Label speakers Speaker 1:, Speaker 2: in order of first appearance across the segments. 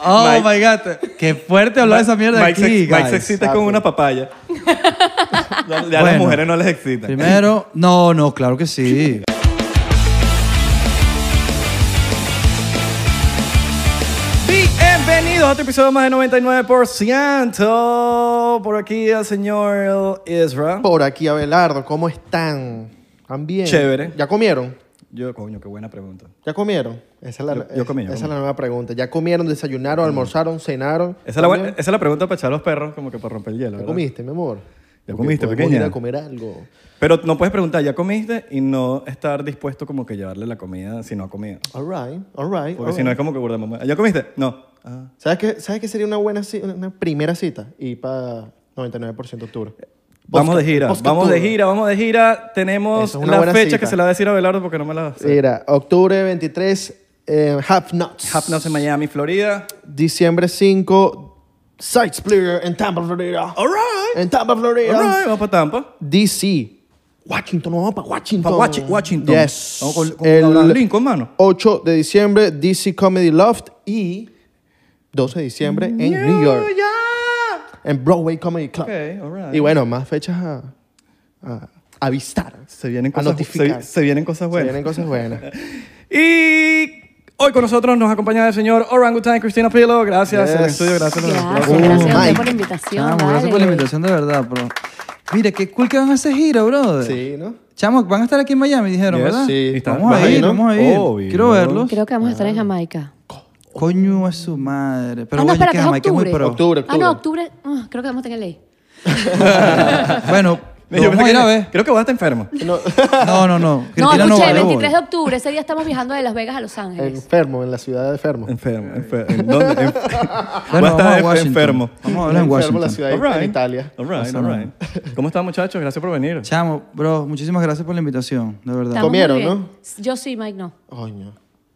Speaker 1: Oh
Speaker 2: Mike-
Speaker 1: my God. Qué fuerte hablar de esa mierda aquí.
Speaker 2: Mike se, Mike se
Speaker 1: guys.
Speaker 2: excita con una papaya. ya ya a las
Speaker 1: Bueno.
Speaker 2: mujeres no les excita.
Speaker 1: Primero, no, no, claro que sí.
Speaker 2: Bienvenidos a otro episodio más de 99%. Por aquí el señor Israel.
Speaker 3: Por aquí, Abelardo, ¿cómo están? ¿Están bien?
Speaker 2: Chévere.
Speaker 3: ¿Ya comieron?
Speaker 2: Yo, coño, qué buena pregunta.
Speaker 3: ¿Ya comieron? Esa es la,
Speaker 2: Yo- yo comí, yo
Speaker 3: esa es
Speaker 2: comí.
Speaker 3: la nueva pregunta. ¿Ya comieron, desayunaron, almorzaron, cenaron?
Speaker 2: Esa es, la, buena-
Speaker 3: ¿También?
Speaker 2: esa es la pregunta para echar a los perros, como que para romper el hielo.
Speaker 3: ¿Ya
Speaker 2: ¿verdad?
Speaker 3: comiste, mi amor?
Speaker 2: ¿Ya
Speaker 3: Porque
Speaker 2: comiste,
Speaker 3: podemos
Speaker 2: pequeña?
Speaker 3: ir a comer algo.
Speaker 2: Pero no puedes preguntar, ¿ya comiste? Y no estar dispuesto como que llevarle la comida si no ha comido.
Speaker 3: All right, all right.
Speaker 2: Porque
Speaker 3: all
Speaker 2: si no es
Speaker 3: right.
Speaker 2: como que guarda mamá. ¿Ya comiste? No. Ah.
Speaker 3: ¿Sabes qué, ¿Sabes qué sería una buena ci- una primera cita? Y para 99% octubre.
Speaker 2: Vamos de
Speaker 3: Posca-
Speaker 2: gira,
Speaker 3: posca-
Speaker 2: vamos de
Speaker 3: octubre.
Speaker 2: gira, vamos de gira. Tenemos
Speaker 3: Eso es una
Speaker 2: la
Speaker 3: buena
Speaker 2: fecha
Speaker 3: cita.
Speaker 2: que se la va a decir a Belardo porque no me la sé.
Speaker 3: Mira, octubre 23, eh, Half Nuts.
Speaker 2: Hap Nuts en Miami, Florida.
Speaker 3: Diciembre 5, Side Splitter en Tampa, Florida.
Speaker 2: All right.
Speaker 3: En Tampa,
Speaker 2: All
Speaker 3: Florida.
Speaker 2: right, vamos para Tampa.
Speaker 3: DC. Washington, vamos para Washington.
Speaker 2: Para Washington.
Speaker 3: Yes.
Speaker 2: Vamos con, con
Speaker 3: el
Speaker 2: el... Lincoln, mano.
Speaker 3: 8 de diciembre, DC Comedy Loft y 12 de diciembre en New York,
Speaker 2: Yeah.
Speaker 3: en Broadway Comedy Club.
Speaker 2: Ok, all right.
Speaker 3: Y bueno, más fechas a, a avistar.
Speaker 2: Se vienen
Speaker 3: a
Speaker 2: cosas,
Speaker 3: notificar.
Speaker 2: se, se vienen cosas
Speaker 3: Se
Speaker 2: buenas.
Speaker 3: vienen cosas buenas.
Speaker 2: Y hoy con nosotros nos acompaña el señor Orangutan Cristina Pilo. Gracias
Speaker 3: Yes.
Speaker 2: en el estudio, gracias. en el
Speaker 4: Gracias,
Speaker 2: aplauso.
Speaker 4: gracias a
Speaker 3: Mike.
Speaker 4: usted por la invitación.
Speaker 1: Chamo, gracias
Speaker 4: vale.
Speaker 1: por Ah, la invitación de verdad, bro. Mira, qué cool que van a hacer gira, brother.
Speaker 3: sí, ¿no?
Speaker 1: Chamo, van a estar aquí en Miami, dijeron,
Speaker 2: Yes,
Speaker 1: ¿verdad?
Speaker 3: sí.
Speaker 2: Está-
Speaker 1: Vamos
Speaker 2: vas
Speaker 1: a
Speaker 2: ahí,
Speaker 1: ir,
Speaker 2: ¿no?
Speaker 1: vamos a ir.
Speaker 2: Obvio.
Speaker 1: Quiero verlos.
Speaker 4: Creo que vamos a estar en Jamaica.
Speaker 1: Coño a su madre. Pero
Speaker 4: ah, no,
Speaker 1: oye,
Speaker 4: espérate,
Speaker 1: que
Speaker 4: es
Speaker 1: Jamaica es muy
Speaker 4: octubre.
Speaker 1: pro.
Speaker 3: Octubre,
Speaker 4: Ah, no,
Speaker 3: octubre.
Speaker 4: octubre. ah, creo que vamos a tener ley.
Speaker 1: Bueno,
Speaker 2: Yo
Speaker 1: lo vamos a
Speaker 2: pensé
Speaker 1: ir
Speaker 2: que-
Speaker 1: a ver.
Speaker 2: Creo que vas a estar enfermo.
Speaker 3: No,
Speaker 1: No, no, no.
Speaker 4: No,
Speaker 1: Cristina
Speaker 4: escuché,
Speaker 1: va,
Speaker 4: el
Speaker 1: yo voy.
Speaker 4: 23 de octubre. Ese día estamos viajando de Las Vegas a Los Ángeles.
Speaker 3: enfermo, en la ciudad de enfermo.
Speaker 2: Enfermo, enfermo. ¿En dónde? En-
Speaker 1: Bueno,
Speaker 2: vas a estar
Speaker 1: vamos a
Speaker 2: en-
Speaker 1: Washington.
Speaker 2: enfermo.
Speaker 1: Vamos a hablar en
Speaker 3: enfermo la
Speaker 1: Washington.
Speaker 3: ciudad de-
Speaker 2: All right.
Speaker 3: en Italia.
Speaker 2: All right, all right. ¿Cómo están, muchachos? Gracias por venir.
Speaker 1: Chamo, bro, muchísimas gracias por la invitación, de verdad.
Speaker 4: Estamos muy
Speaker 3: Comieron,
Speaker 4: bien.
Speaker 3: ¿no?
Speaker 4: Yo sí, Mike, no.
Speaker 3: Coño.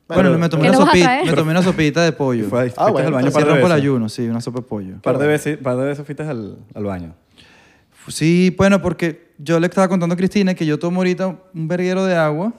Speaker 1: Bueno, me tomé,
Speaker 4: ¿Qué
Speaker 1: una
Speaker 4: nos vas a
Speaker 1: sopita,
Speaker 4: traer?
Speaker 1: me tomé una sopita de pollo.
Speaker 2: Fue-
Speaker 1: Para
Speaker 2: Fuiste
Speaker 3: Ah, bueno,
Speaker 2: al baño
Speaker 3: entonces
Speaker 2: par de
Speaker 1: romper el
Speaker 2: veces.
Speaker 1: ayuno, sí, una sopa de pollo.
Speaker 2: Par de veces, par de veces fuiste al, al baño.
Speaker 1: Sí, bueno, porque yo le estaba contando a Cristina que yo tomo ahorita un verguero de agua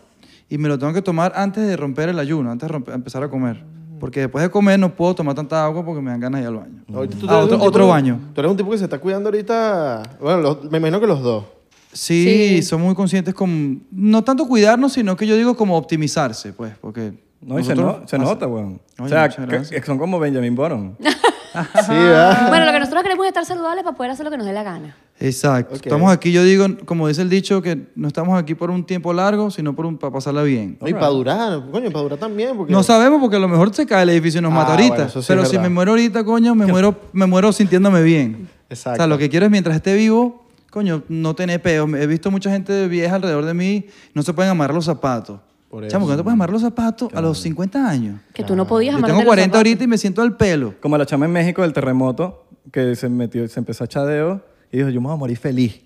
Speaker 1: y me lo tengo que tomar antes de romper el ayuno, antes de romper- empezar a comer. Porque después de comer no puedo tomar tanta agua porque me dan ganas de ir al baño.
Speaker 2: Mm.
Speaker 3: Ahorita tú
Speaker 1: Ah, otro,
Speaker 3: eres un tipo
Speaker 1: otro
Speaker 3: que-
Speaker 1: baño.
Speaker 3: Tú eres un tipo que se está cuidando ahorita. Bueno, los- me imagino que los dos.
Speaker 1: Sí,
Speaker 4: Sí.
Speaker 1: son muy conscientes con, no tanto cuidarnos, sino que yo digo como optimizarse, pues, porque...
Speaker 2: No, y se,
Speaker 1: nosotros-
Speaker 2: no- se nota, weón.
Speaker 1: Oye,
Speaker 2: o sea,
Speaker 1: muchas
Speaker 2: que-
Speaker 1: gracias.
Speaker 2: que son como Benjamin Bottom.
Speaker 3: Sí, ¿verdad?
Speaker 4: Bueno, lo que nosotros queremos es estar saludables para poder hacer lo que nos dé la gana.
Speaker 1: Exacto.
Speaker 3: Ok.
Speaker 1: Estamos aquí, yo digo, como dice el dicho, que no estamos aquí por un tiempo largo, sino por un, para pasarla bien.
Speaker 3: No, y para durar, coño, para durar también. Porque...
Speaker 1: No sabemos porque a lo mejor se cae el edificio y nos
Speaker 3: Ah,
Speaker 1: mata ahorita.
Speaker 3: bueno, eso sí es
Speaker 1: pero si
Speaker 3: verdad.
Speaker 1: me muero ahorita, coño, me muero, me muero sintiéndome bien. O
Speaker 3: Exacto.
Speaker 1: sea, lo que quiero es mientras esté vivo, coño, no tener peo. He visto mucha gente vieja alrededor de mí, no se pueden amarrar los zapatos.
Speaker 3: Por
Speaker 1: Chamo, ¿cómo te puedes amarrar los zapatos a los 50 años?
Speaker 4: Que
Speaker 3: Ah.
Speaker 4: tú no podías
Speaker 1: Yo
Speaker 4: amarte
Speaker 1: tengo
Speaker 4: los
Speaker 1: 40
Speaker 4: zapatos.
Speaker 1: ahorita y me siento al pelo.
Speaker 2: Como la chama en México del terremoto, que se metió, se empezó a chadeo y dijo, yo me voy a morir feliz.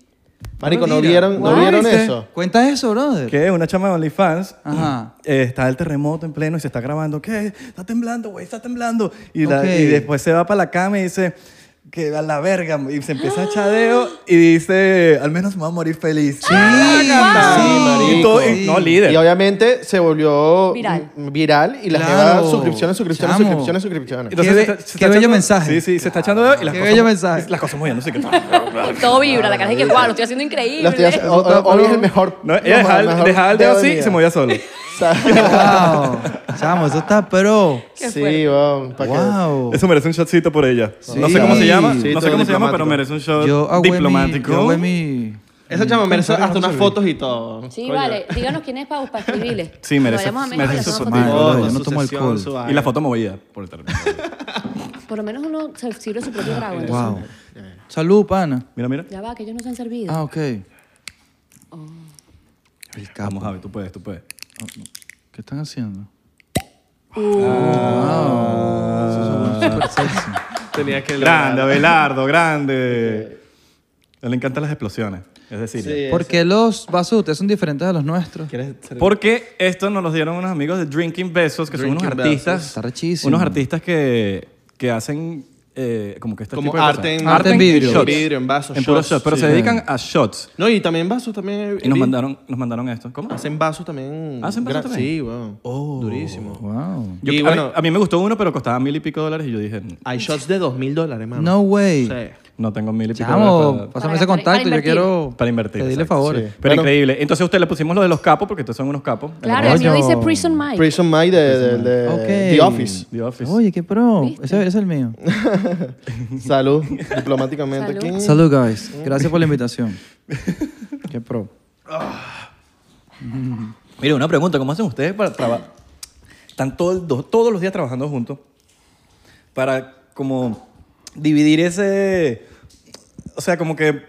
Speaker 3: Marico, ¿no
Speaker 1: Mira,
Speaker 3: vieron, ¿no
Speaker 2: guay,
Speaker 3: vieron
Speaker 2: sí.
Speaker 3: eso?
Speaker 1: Cuenta eso, brother.
Speaker 2: Que es una chama de OnlyFans.
Speaker 1: Ajá.
Speaker 2: eh, está el terremoto en pleno y se está grabando. ¿Qué? Está temblando, güey, está temblando. Y, la-
Speaker 1: Ok.
Speaker 2: y después se va para la cama y dice, que a la verga. Y se empieza a chadeo y dice, al menos me voy a morir feliz. Sí,
Speaker 3: wow.
Speaker 2: Y todo- y- no, líder.
Speaker 3: Y obviamente se volvió
Speaker 4: Viral.
Speaker 3: m- viral y la
Speaker 1: Claro.
Speaker 3: jeva suscripciones, suscripciones,
Speaker 1: Chamo.
Speaker 3: suscripciones, suscripciones.
Speaker 1: Qué be-
Speaker 2: se- se
Speaker 1: qué
Speaker 2: está
Speaker 1: bello
Speaker 2: echando-
Speaker 1: mensaje.
Speaker 2: Sí, sí, se está echando dedo y las
Speaker 1: Qué
Speaker 2: cosas.
Speaker 1: bello mensaje.
Speaker 2: Las cosas moviéndose. que-
Speaker 4: Todo vibra, la cara es que, wow, lo estoy haciendo increíble.
Speaker 3: Lo estoy haciendo- o- o- Hoy es el mejor.
Speaker 2: No,
Speaker 3: lo
Speaker 2: ella dejaba,
Speaker 3: mejor-
Speaker 2: el-
Speaker 3: mejor
Speaker 2: dejaba el dedo así y
Speaker 3: mía.
Speaker 2: se movía solo.
Speaker 3: O sea,
Speaker 1: Wow. Chamo, eso está pro.
Speaker 4: Qué
Speaker 3: sí,
Speaker 4: fuerte.
Speaker 3: vamos. para que-
Speaker 1: Wow.
Speaker 2: Eso merece un shotcito por ella.
Speaker 1: Sí.
Speaker 2: No sé cómo se llama,
Speaker 1: Sí,
Speaker 2: no sé
Speaker 3: todo
Speaker 2: cómo se llama, pero merece
Speaker 3: diplomático.
Speaker 2: un shot
Speaker 1: Yo hago mi...
Speaker 2: diplomático.
Speaker 1: Yo hago mi...
Speaker 3: Esa chama merece hasta unas fotos y todo.
Speaker 4: Sí,
Speaker 3: oh, Coño.
Speaker 4: vale. Díganos quién es para, para escribirle.
Speaker 2: Sí, merece-
Speaker 4: Cuando vayamos a México,
Speaker 2: merece
Speaker 4: le
Speaker 2: su
Speaker 4: hacemos
Speaker 2: foto.
Speaker 1: Madre,
Speaker 4: fotito.
Speaker 1: brother, yo
Speaker 5: Fotos,
Speaker 1: no
Speaker 5: su
Speaker 1: tomo
Speaker 5: sesión,
Speaker 1: alcohol.
Speaker 5: su
Speaker 2: Y
Speaker 5: vaina.
Speaker 2: la foto movida por el terreno.
Speaker 4: Por lo menos uno se sirve su propio trago. entonces.
Speaker 1: Wow. Salud, pana.
Speaker 2: Mira, mira.
Speaker 4: Ya va, que ellos no se han servido.
Speaker 1: Ah, ok.
Speaker 4: Oh.
Speaker 1: El
Speaker 2: Vamos,
Speaker 1: capo.
Speaker 2: Javi, tú puedes, tú puedes.
Speaker 1: ¿Qué están haciendo?
Speaker 4: Uh.
Speaker 2: Ah.
Speaker 5: Tenía que
Speaker 2: Grande, Abelardo, grande. A él le encantan las explosiones. Es decir,
Speaker 3: Sí,
Speaker 1: ¿Por qué los vasos de ustedes son diferentes a los nuestros?
Speaker 2: porque esto nos los dieron unos amigos de Drinking Besos, que son unos artistas.
Speaker 1: Está rechísimo.
Speaker 2: Unos artistas que, que hacen eh, como que este
Speaker 3: Como
Speaker 2: tipo de
Speaker 3: arte
Speaker 2: cosas.
Speaker 3: en-
Speaker 1: Arte en vidrio.
Speaker 2: shots.
Speaker 3: vidrio, en vasos,
Speaker 2: En puros
Speaker 3: shots,
Speaker 2: shots, pero
Speaker 3: sí.
Speaker 2: se dedican a shots.
Speaker 3: No, y también vasos también.
Speaker 2: Y nos
Speaker 3: vi-
Speaker 2: mandaron, nos mandaron esto. ¿Cómo?
Speaker 3: Hacen vasos también.
Speaker 2: ¿Hacen vasos también?
Speaker 3: Sí, weón. Durísimo.
Speaker 1: Wow.
Speaker 2: Yo- a, mí-
Speaker 3: Y
Speaker 2: a
Speaker 3: bueno,
Speaker 2: mí, me gustó uno, pero costaba mil y pico dólares y yo dije,
Speaker 3: hay shots de dos mil dólares, mano.
Speaker 1: No way.
Speaker 3: Sí.
Speaker 2: no tengo mil y pico dólares
Speaker 1: Chamo, pásame
Speaker 2: para-
Speaker 4: Para
Speaker 1: ese
Speaker 4: gastar- para
Speaker 1: contacto, yo
Speaker 4: invertir.
Speaker 1: quiero
Speaker 2: para invertir.
Speaker 1: pedirle
Speaker 2: exacto.
Speaker 1: favores.
Speaker 2: Sí. Pero
Speaker 3: Bueno.
Speaker 2: increíble. Entonces a usted le pusimos lo de los capos, porque ustedes son unos capos.
Speaker 4: Claro, el mío
Speaker 1: Coño.
Speaker 4: dice Prison Mike.
Speaker 3: Prison Mike de, de- de-
Speaker 1: Ok.
Speaker 3: The Office.
Speaker 2: The Office.
Speaker 1: Oye, qué pro. Ese, ese es el mío.
Speaker 2: Mm.
Speaker 3: Salud, diplomáticamente
Speaker 4: Salud.
Speaker 3: aquí.
Speaker 1: Salud, guys. Gracias por la invitación. qué pro.
Speaker 2: Mira, una pregunta, ¿cómo hacen ustedes para trabajar? Están todo el do- todos los días trabajando juntos para como dividir ese, o sea, como que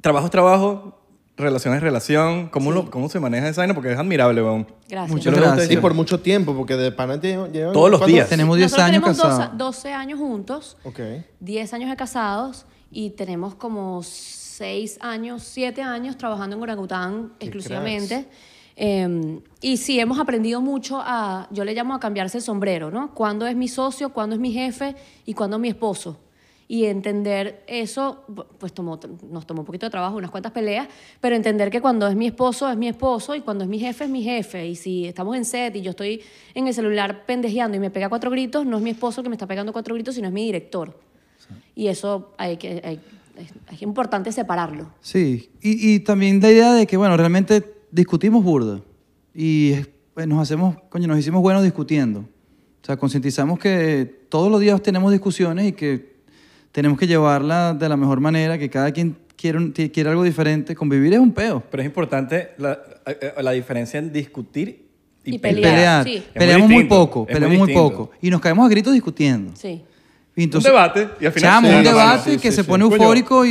Speaker 2: trabajo es trabajo, relación es relación, ¿cómo, lo, cómo se maneja esa vaina? Porque es admirable, weón.
Speaker 4: Gracias.
Speaker 1: Muchas
Speaker 2: Pero
Speaker 1: gracias.
Speaker 2: ustedes-
Speaker 3: Y por mucho tiempo, porque de pana te llevan- llevan.
Speaker 2: Todos los
Speaker 3: ¿cuántos?
Speaker 2: días.
Speaker 1: Tenemos 10
Speaker 4: Nosotros
Speaker 1: años
Speaker 4: tenemos doce-
Speaker 1: casados.
Speaker 4: 12 años juntos,
Speaker 3: Ok.
Speaker 4: 10 años de casados y tenemos como 6 años, 7 años trabajando en orangután exclusivamente. Eh, y sí, hemos aprendido mucho a, yo le llamo a cambiarse el sombrero, ¿no? ¿Cuándo es mi socio, cuándo es mi jefe y cuándo es mi esposo? Y entender eso, bu- pues tomó, nos tomó un poquito de trabajo, unas cuantas peleas, pero entender que cuando es mi esposo, es mi esposo, y cuando es mi jefe, es mi jefe. Y si estamos en set y yo estoy en el celular pendejeando y me pega cuatro gritos, no es mi esposo el que me está pegando cuatro gritos, sino es mi director. Y eso hay que, hay- es, es importante separarlo.
Speaker 1: Sí, y, y también la idea de que, bueno, realmente discutimos burda y eh, pues, nos hacemos, coño, nos hicimos buenos discutiendo. O sea, concientizamos que todos los días tenemos discusiones y que tenemos que llevarla de la mejor manera, que cada quien quiere, un- ti- quiere algo diferente. Convivir es un peo.
Speaker 2: Pero es importante la, eh, eh, la diferencia en discutir y,
Speaker 4: Y
Speaker 1: El
Speaker 2: pelear.
Speaker 1: pelear.
Speaker 4: Pelear, sí. Es muy
Speaker 1: Peleamos muy,
Speaker 2: distinto,
Speaker 1: poco,
Speaker 2: es muy
Speaker 1: peleamos muy,
Speaker 2: distinto.
Speaker 1: poco. Y nos caemos a gritos discutiendo.
Speaker 4: Sí.
Speaker 1: Y
Speaker 2: Un
Speaker 1: entonces-
Speaker 2: debate y al final...
Speaker 1: Chamo,
Speaker 2: Sí,
Speaker 1: un
Speaker 2: no, no,
Speaker 1: debate
Speaker 2: sí,
Speaker 1: que
Speaker 2: sí,
Speaker 1: se
Speaker 2: sí.
Speaker 1: pone
Speaker 2: Coño,
Speaker 1: eufórico y,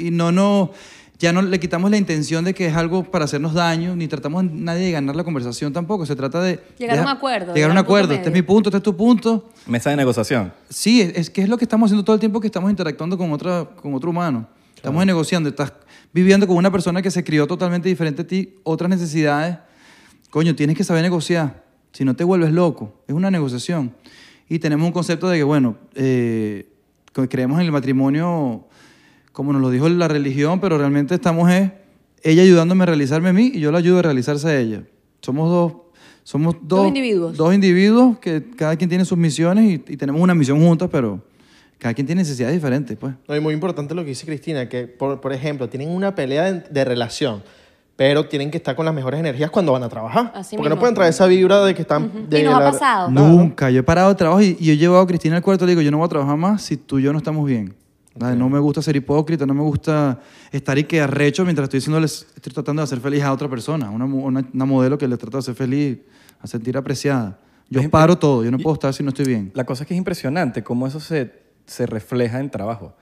Speaker 1: y- y no no ya no le quitamos la intención de que es algo para hacernos daño, ni tratamos a nadie de ganar la conversación tampoco. Se trata de
Speaker 4: Llegar a un
Speaker 1: deja-
Speaker 4: acuerdo,
Speaker 1: Llegar a un
Speaker 4: punto
Speaker 1: acuerdo. Este es mi
Speaker 4: medio.
Speaker 1: punto, este es tu punto.
Speaker 2: Mesa de negociación.
Speaker 1: Sí, es, es que es lo que estamos haciendo todo el tiempo que estamos interactuando con otra con otro humano. Estamos negociando, estás viviendo con una persona que se crió totalmente diferente a ti, otras necesidades. Coño, tienes que saber negociar. Si no te vuelves loco, es una negociación. Y tenemos un concepto de que, bueno, eh, co- creemos en el matrimonio como nos lo dijo la religión, pero realmente estamos es ella ayudándome a realizarme a mí y yo la ayudo a realizarse a ella. Somos dos, somos dos,
Speaker 4: Dos individuos.
Speaker 1: dos individuos que cada quien tiene sus misiones y, y tenemos una misión juntas, pero cada quien tiene necesidades diferentes, pues.
Speaker 3: No, y muy importante lo que dice Cristina, que por, por ejemplo, tienen una pelea de, de relación, pero tienen que estar con las mejores energías cuando van a trabajar.
Speaker 4: Así
Speaker 3: porque no
Speaker 4: mismo.
Speaker 3: pueden traer esa vibra de que están. de
Speaker 4: Y nos
Speaker 3: la-
Speaker 4: ha pasado.
Speaker 1: Nunca. Yo he parado de trabajo y, y yo he llevado a Cristina al cuarto y le digo, yo no voy a trabajar más si tú y yo no estamos bien. Ay, No me gusta ser hipócrita, no me gusta estar y que arrecho mientras estoy, diciéndoles, estoy tratando de hacer feliz a otra persona, una, mu- una- una modelo que le trata de hacer feliz, a sentir apreciada. Yo
Speaker 2: Ejemplo.
Speaker 1: paro todo, yo no puedo estar si no estoy bien.
Speaker 2: La cosa es que es impresionante cómo eso se, se refleja en trabajo.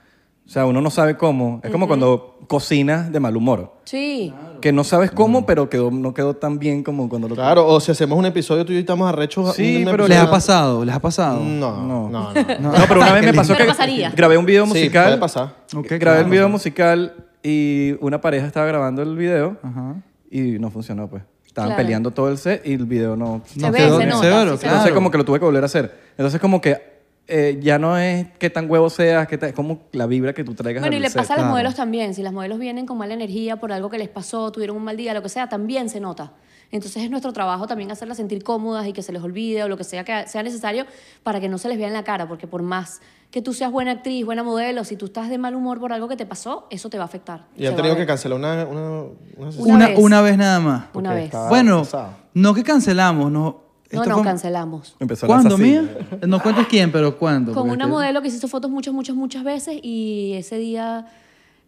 Speaker 2: O sea, uno no sabe cómo. Es como cuando cocinas de mal humor.
Speaker 4: Sí.
Speaker 2: Que no sabes cómo, pero quedó, no quedó tan bien como cuando lo...
Speaker 3: Claro, o si hacemos un episodio tú y yo estamos arrechos.
Speaker 2: Sí,
Speaker 3: un- un
Speaker 2: pero
Speaker 1: ¿Les ha
Speaker 3: episodio-
Speaker 1: pasado? ¿Les ha pasado?
Speaker 3: No, no,
Speaker 2: No.
Speaker 3: no.
Speaker 2: No, pero una vez me pasó
Speaker 4: Pero
Speaker 2: que
Speaker 4: pasaría.
Speaker 2: grabé un video
Speaker 3: Sí,
Speaker 2: musical.
Speaker 3: puede pasar.
Speaker 1: Ok,
Speaker 2: grabé
Speaker 1: claro.
Speaker 2: un video musical y una pareja estaba grabando el video
Speaker 1: Ajá.
Speaker 2: y no funcionó, pues. Estaban
Speaker 4: Claro.
Speaker 2: peleando todo el set y el video no...
Speaker 4: Se ve, se
Speaker 1: severo,
Speaker 4: nota, sí se
Speaker 1: claro.
Speaker 2: Entonces como que lo tuve que volver a hacer. Entonces como que eh, ya no es qué tan huevo seas, qué tan- es como la vibra que tú traigas
Speaker 4: Bueno, y
Speaker 2: al
Speaker 4: le
Speaker 2: set.
Speaker 4: pasa a las
Speaker 1: claro.
Speaker 4: modelos también. Si las modelos vienen con mala energía por algo que les pasó, tuvieron un mal día, lo que sea, también se nota. Entonces es nuestro trabajo también hacerlas sentir cómodas y que se les olvide o lo que sea que sea necesario para que no se les vea en la cara, porque por más que tú seas buena actriz, buena modelo, si tú estás de mal humor por algo que te pasó, eso te va a afectar.
Speaker 3: Y han
Speaker 4: Se va
Speaker 3: tenido
Speaker 4: a
Speaker 3: que
Speaker 4: ver.
Speaker 3: cancelar una, una, una sesión.
Speaker 4: Una
Speaker 1: Una,
Speaker 4: vez.
Speaker 1: una vez nada más.
Speaker 4: Una
Speaker 3: Porque
Speaker 4: vez.
Speaker 3: estaba
Speaker 1: Bueno,
Speaker 3: cansado.
Speaker 1: no que cancelamos, no.
Speaker 4: No,
Speaker 1: Esto
Speaker 4: no,
Speaker 1: fue-
Speaker 4: cancelamos.
Speaker 2: Empezó a
Speaker 1: ¿Cuándo,
Speaker 2: lanzar así.
Speaker 1: mía? No cuentes quién, pero ¿cuándo?
Speaker 4: Con
Speaker 1: Porque
Speaker 4: una
Speaker 1: es que-
Speaker 4: modelo que se hizo fotos muchas, muchas, muchas veces y ese día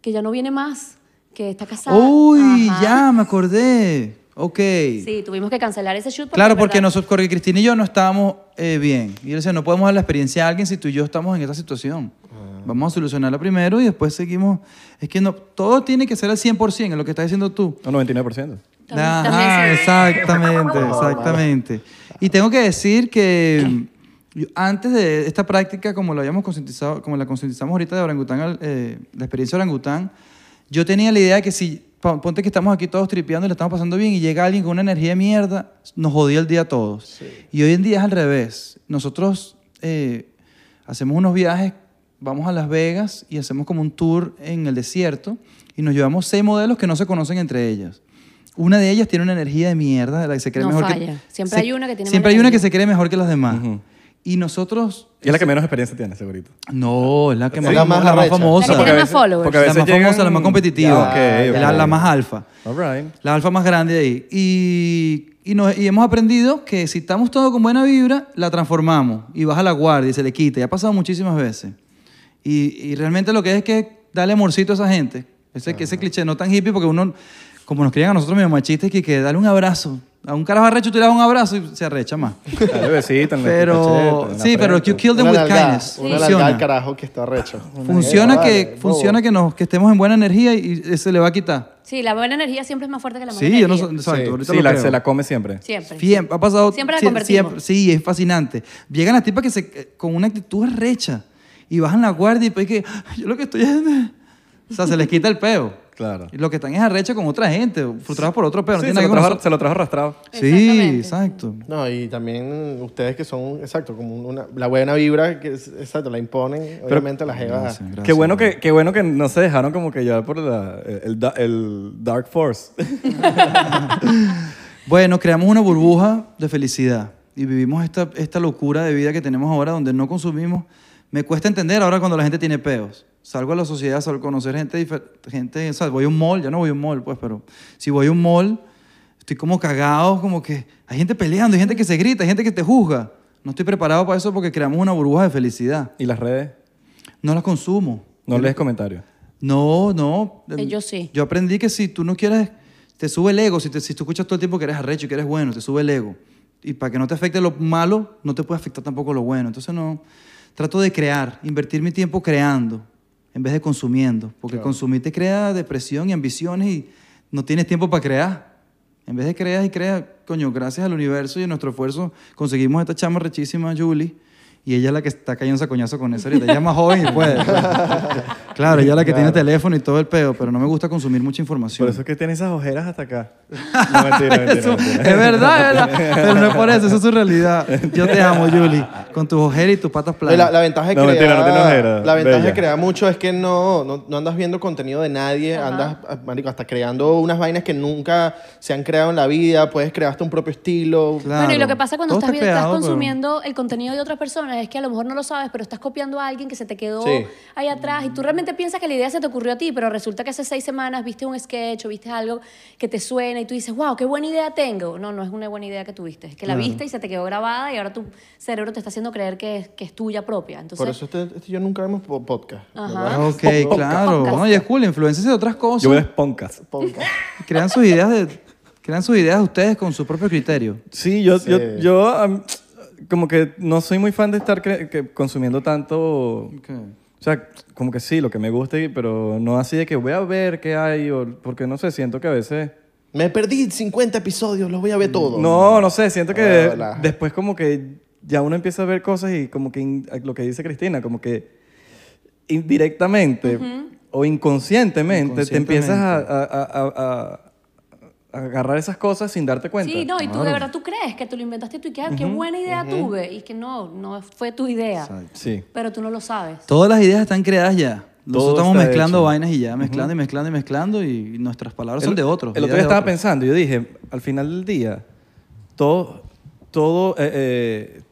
Speaker 4: que ya no viene más, que está casada.
Speaker 1: Uy,
Speaker 4: Ajá.
Speaker 1: ya me acordé. Ok.
Speaker 4: Sí, tuvimos que cancelar ese shoot.
Speaker 1: claro, porque,
Speaker 4: en verdad-
Speaker 1: nosotros, porque Cristina y yo no estábamos eh, bien. Y yo decía, no podemos dar la experiencia a alguien si tú y yo estamos en esta situación. Vamos a solucionarla primero y después seguimos. Es que no, todo tiene que ser al 100% en lo que estás diciendo tú.
Speaker 2: Un 99%.
Speaker 4: También-
Speaker 1: Ajá,
Speaker 4: también se-
Speaker 1: exactamente, exactamente. Y tengo que decir que yo- antes de esta práctica, como lo habíamos concientizado, como la concientizamos ahorita de orangután, al- eh, la experiencia orangután, yo tenía la idea de que si pa- ponte que estamos aquí todos tripeando y la estamos pasando bien y llega alguien con una energía de mierda, nos jodía el día a todos. Y hoy en día es al revés. Nosotros eh, hacemos unos viajes vamos a Las Vegas y hacemos como un tour en el desierto y nos llevamos seis modelos que no se conocen entre ellas. Una de ellas tiene una energía de mierda, de la que se cree
Speaker 4: No
Speaker 1: mejor
Speaker 4: falla.
Speaker 1: que
Speaker 4: Siempre
Speaker 1: se-
Speaker 4: hay una que tiene
Speaker 1: Siempre
Speaker 4: mala
Speaker 1: hay una que
Speaker 4: energía.
Speaker 1: se cree mejor que las demás.
Speaker 2: Ujú.
Speaker 1: Y nosotros
Speaker 2: Y es la que menos experiencia tiene, segurito.
Speaker 1: no, es la que
Speaker 3: Sí.
Speaker 1: más,
Speaker 3: La más
Speaker 1: la más
Speaker 3: arrecha.
Speaker 1: famosa.
Speaker 4: La que tiene más followers.
Speaker 2: porque a
Speaker 1: la
Speaker 2: veces
Speaker 1: más
Speaker 2: llegan-
Speaker 1: famosa, la más competitiva.
Speaker 2: Ya, ok,
Speaker 1: La,
Speaker 2: ok.
Speaker 1: la más alfa.
Speaker 2: All right.
Speaker 1: La alfa más grande de ahí. Y, y, nos- y hemos aprendido que si estamos todos con buena vibra, la transformamos y baja la guardia y se le quita. Y ha pasado muchísimas veces. Y, y realmente lo que es que es darle amorcito a esa gente. Ese, que ese cliché no tan hippie porque uno, como nos crían a nosotros medio machistas, que, que darle un abrazo. A un carajo arrecho tú le das un abrazo y se arrecha más.
Speaker 2: Dale besito en la
Speaker 1: Pero,
Speaker 2: cacheta, en la
Speaker 1: sí, pero
Speaker 2: frente.
Speaker 1: you kill them
Speaker 3: Una
Speaker 1: with
Speaker 3: nalgada,
Speaker 1: kindness.
Speaker 3: Una nalgada al
Speaker 1: Funciona.
Speaker 3: carajo que está recho.
Speaker 1: Funciona
Speaker 3: Vale,
Speaker 1: que,
Speaker 3: bobo.
Speaker 1: funciona que, nos, que estemos en buena energía y y se le va a quitar.
Speaker 4: Sí, la buena energía siempre es más fuerte que la mala
Speaker 1: Sí, yo no
Speaker 4: energía.
Speaker 1: sé- exacto, ahorita
Speaker 2: Sí,
Speaker 1: lo
Speaker 2: la-
Speaker 1: creo.
Speaker 2: se la come siempre.
Speaker 4: Siempre.
Speaker 1: Siempre, ha pasado.
Speaker 4: Siempre la
Speaker 1: sie-
Speaker 4: convertimos.
Speaker 1: sí, es fascinante. Llegan las tipas que se, que- con una actitud recha y bajan la guardia y pues que yo lo que estoy es. O sea, se les quita el peo.
Speaker 2: Claro.
Speaker 1: Y lo que están es arrecha con otra gente, frustradas por otro peo. no
Speaker 2: Sí,
Speaker 1: tiene nada
Speaker 2: se, lo
Speaker 1: que ver
Speaker 2: trajo,
Speaker 1: con
Speaker 2: se lo trajo arrastrado.
Speaker 1: nosotros. Sí,
Speaker 4: Exactamente.
Speaker 1: exacto.
Speaker 3: No, y también ustedes que son, exacto, como una, la buena vibra, que es- exacto, la imponen, obviamente, a la jeva.
Speaker 1: Sí, gracias.
Speaker 2: Qué bueno, que, qué bueno que no se dejaron como que llevar por la, el, da- el Dark Force.
Speaker 1: Bueno, creamos una burbuja de felicidad y vivimos esta, esta locura de vida que tenemos ahora donde no consumimos. Me cuesta entender ahora cuando la gente tiene peos. Salgo a la sociedad, salgo a conocer gente diferente. Gente, o sea, voy a un mall, ya no voy a un mall, pues, pero si voy a un mall, estoy como cagado, como que hay gente peleando, hay gente que se grita, hay gente que te juzga. No estoy preparado para eso porque creamos una burbuja de felicidad.
Speaker 2: ¿Y las redes?
Speaker 1: No la consumo.
Speaker 2: No lees comentarios.
Speaker 1: No, no.
Speaker 4: Eh, yo sí.
Speaker 1: Yo aprendí que si tú no quieres, te sube el ego. Si, te- si tú escuchas todo el tiempo que eres arrecho y que eres bueno, te sube el ego. Y para que no te afecte lo malo, no te puede afectar tampoco lo bueno. Entonces no, trato de crear, invertir mi tiempo creando en vez de consumiendo. Porque consumir te crea depresión y ambiciones y no tienes tiempo para crear. En vez de creas y creas, coño, gracias al universo y a nuestro esfuerzo conseguimos esta chama rechísima, Julie. Y ella es la que está cayendo esa coñazo con eso ahorita. Ella es más joven y puede. pues. Claro, ella es la que tiene teléfono y todo el pedo, pero no me gusta consumir mucha información.
Speaker 2: Por eso es que tiene esas ojeras hasta acá. No, mentira, mentira,
Speaker 1: Eso- es
Speaker 2: mentira.
Speaker 1: verdad, es verdad. Pero no es por eso, esa es su realidad. Yo te amo, Julie, con tus ojeras y tus patas
Speaker 3: Oye,
Speaker 1: planas.
Speaker 3: La, la ventaja de
Speaker 2: No,
Speaker 3: crear,
Speaker 2: mentira, no tiene ojera,
Speaker 3: la ventaja de
Speaker 2: bella.
Speaker 3: crear mucho es que no, no, no andas viendo contenido de nadie, andas, ah, marico, hasta creando unas vainas que nunca se han creado en la vida, puedes crear hasta un propio estilo.
Speaker 1: Claro.
Speaker 4: Bueno, y lo que pasa cuando
Speaker 1: Todo
Speaker 4: estás,
Speaker 1: está
Speaker 4: viendo- estás
Speaker 1: creado, pero-
Speaker 4: consumiendo el contenido de otras personas es que a lo mejor no lo sabes, pero estás copiando a alguien que se te quedó
Speaker 3: Sí.
Speaker 4: ahí atrás y tú realmente piensas que la idea se te ocurrió a ti, pero resulta que hace seis semanas viste un sketch o viste algo que te suena y tú dices, wow, qué buena idea tengo. No, no es una buena idea que tuviste, es que la viste y se te quedó grabada y ahora tu cerebro te está haciendo creer que es, que es tuya propia. Entonces,
Speaker 3: Por eso este, este y yo nunca vemos po- podcast.
Speaker 4: Ajá.
Speaker 3: ¿verdad?
Speaker 1: Ah, Ok, claro.
Speaker 4: podcast.
Speaker 1: Oye, es cool, influencias de otras cosas.
Speaker 2: Yo veo esponcas.
Speaker 3: Podcast.
Speaker 1: Crean sus ideas de, crean sus ideas ustedes con su propio criterio.
Speaker 2: Sí, yo, yo,
Speaker 3: Sí.
Speaker 2: yo, am, como que no soy muy fan de estar cre- que- consumiendo tanto. O sea, como que sí, lo que me gusta, y- pero no así de que voy a ver qué hay, o, porque no sé, siento que a veces...
Speaker 3: Me perdí 50 episodios, los voy a ver todos.
Speaker 2: Mm. No, no sé, siento que
Speaker 3: Ah, hola.
Speaker 2: después como que ya uno empieza a ver cosas y como que in- lo que dice Cristina, como que indirectamente o inconscientemente, te empiezas a, a- a- a- a agarrar esas cosas sin darte cuenta.
Speaker 4: sí, no, y tú de verdad tú crees que tú lo inventaste tú y que, ah, qué buena idea tuve y que no, no fue tu idea,
Speaker 2: Sí.
Speaker 4: pero tú no lo sabes.
Speaker 1: Todas las ideas están creadas ya. Nosotros
Speaker 2: Todo
Speaker 1: estamos
Speaker 2: está
Speaker 1: mezclando
Speaker 2: hecho.
Speaker 1: vainas y ya, mezclando y mezclando y mezclando y nuestras palabras son
Speaker 2: El-
Speaker 1: de otros.
Speaker 2: El otro día
Speaker 1: ideas de
Speaker 2: estaba
Speaker 1: otros.
Speaker 2: pensando, yo dije, al final del día, todo, todo eh, eh,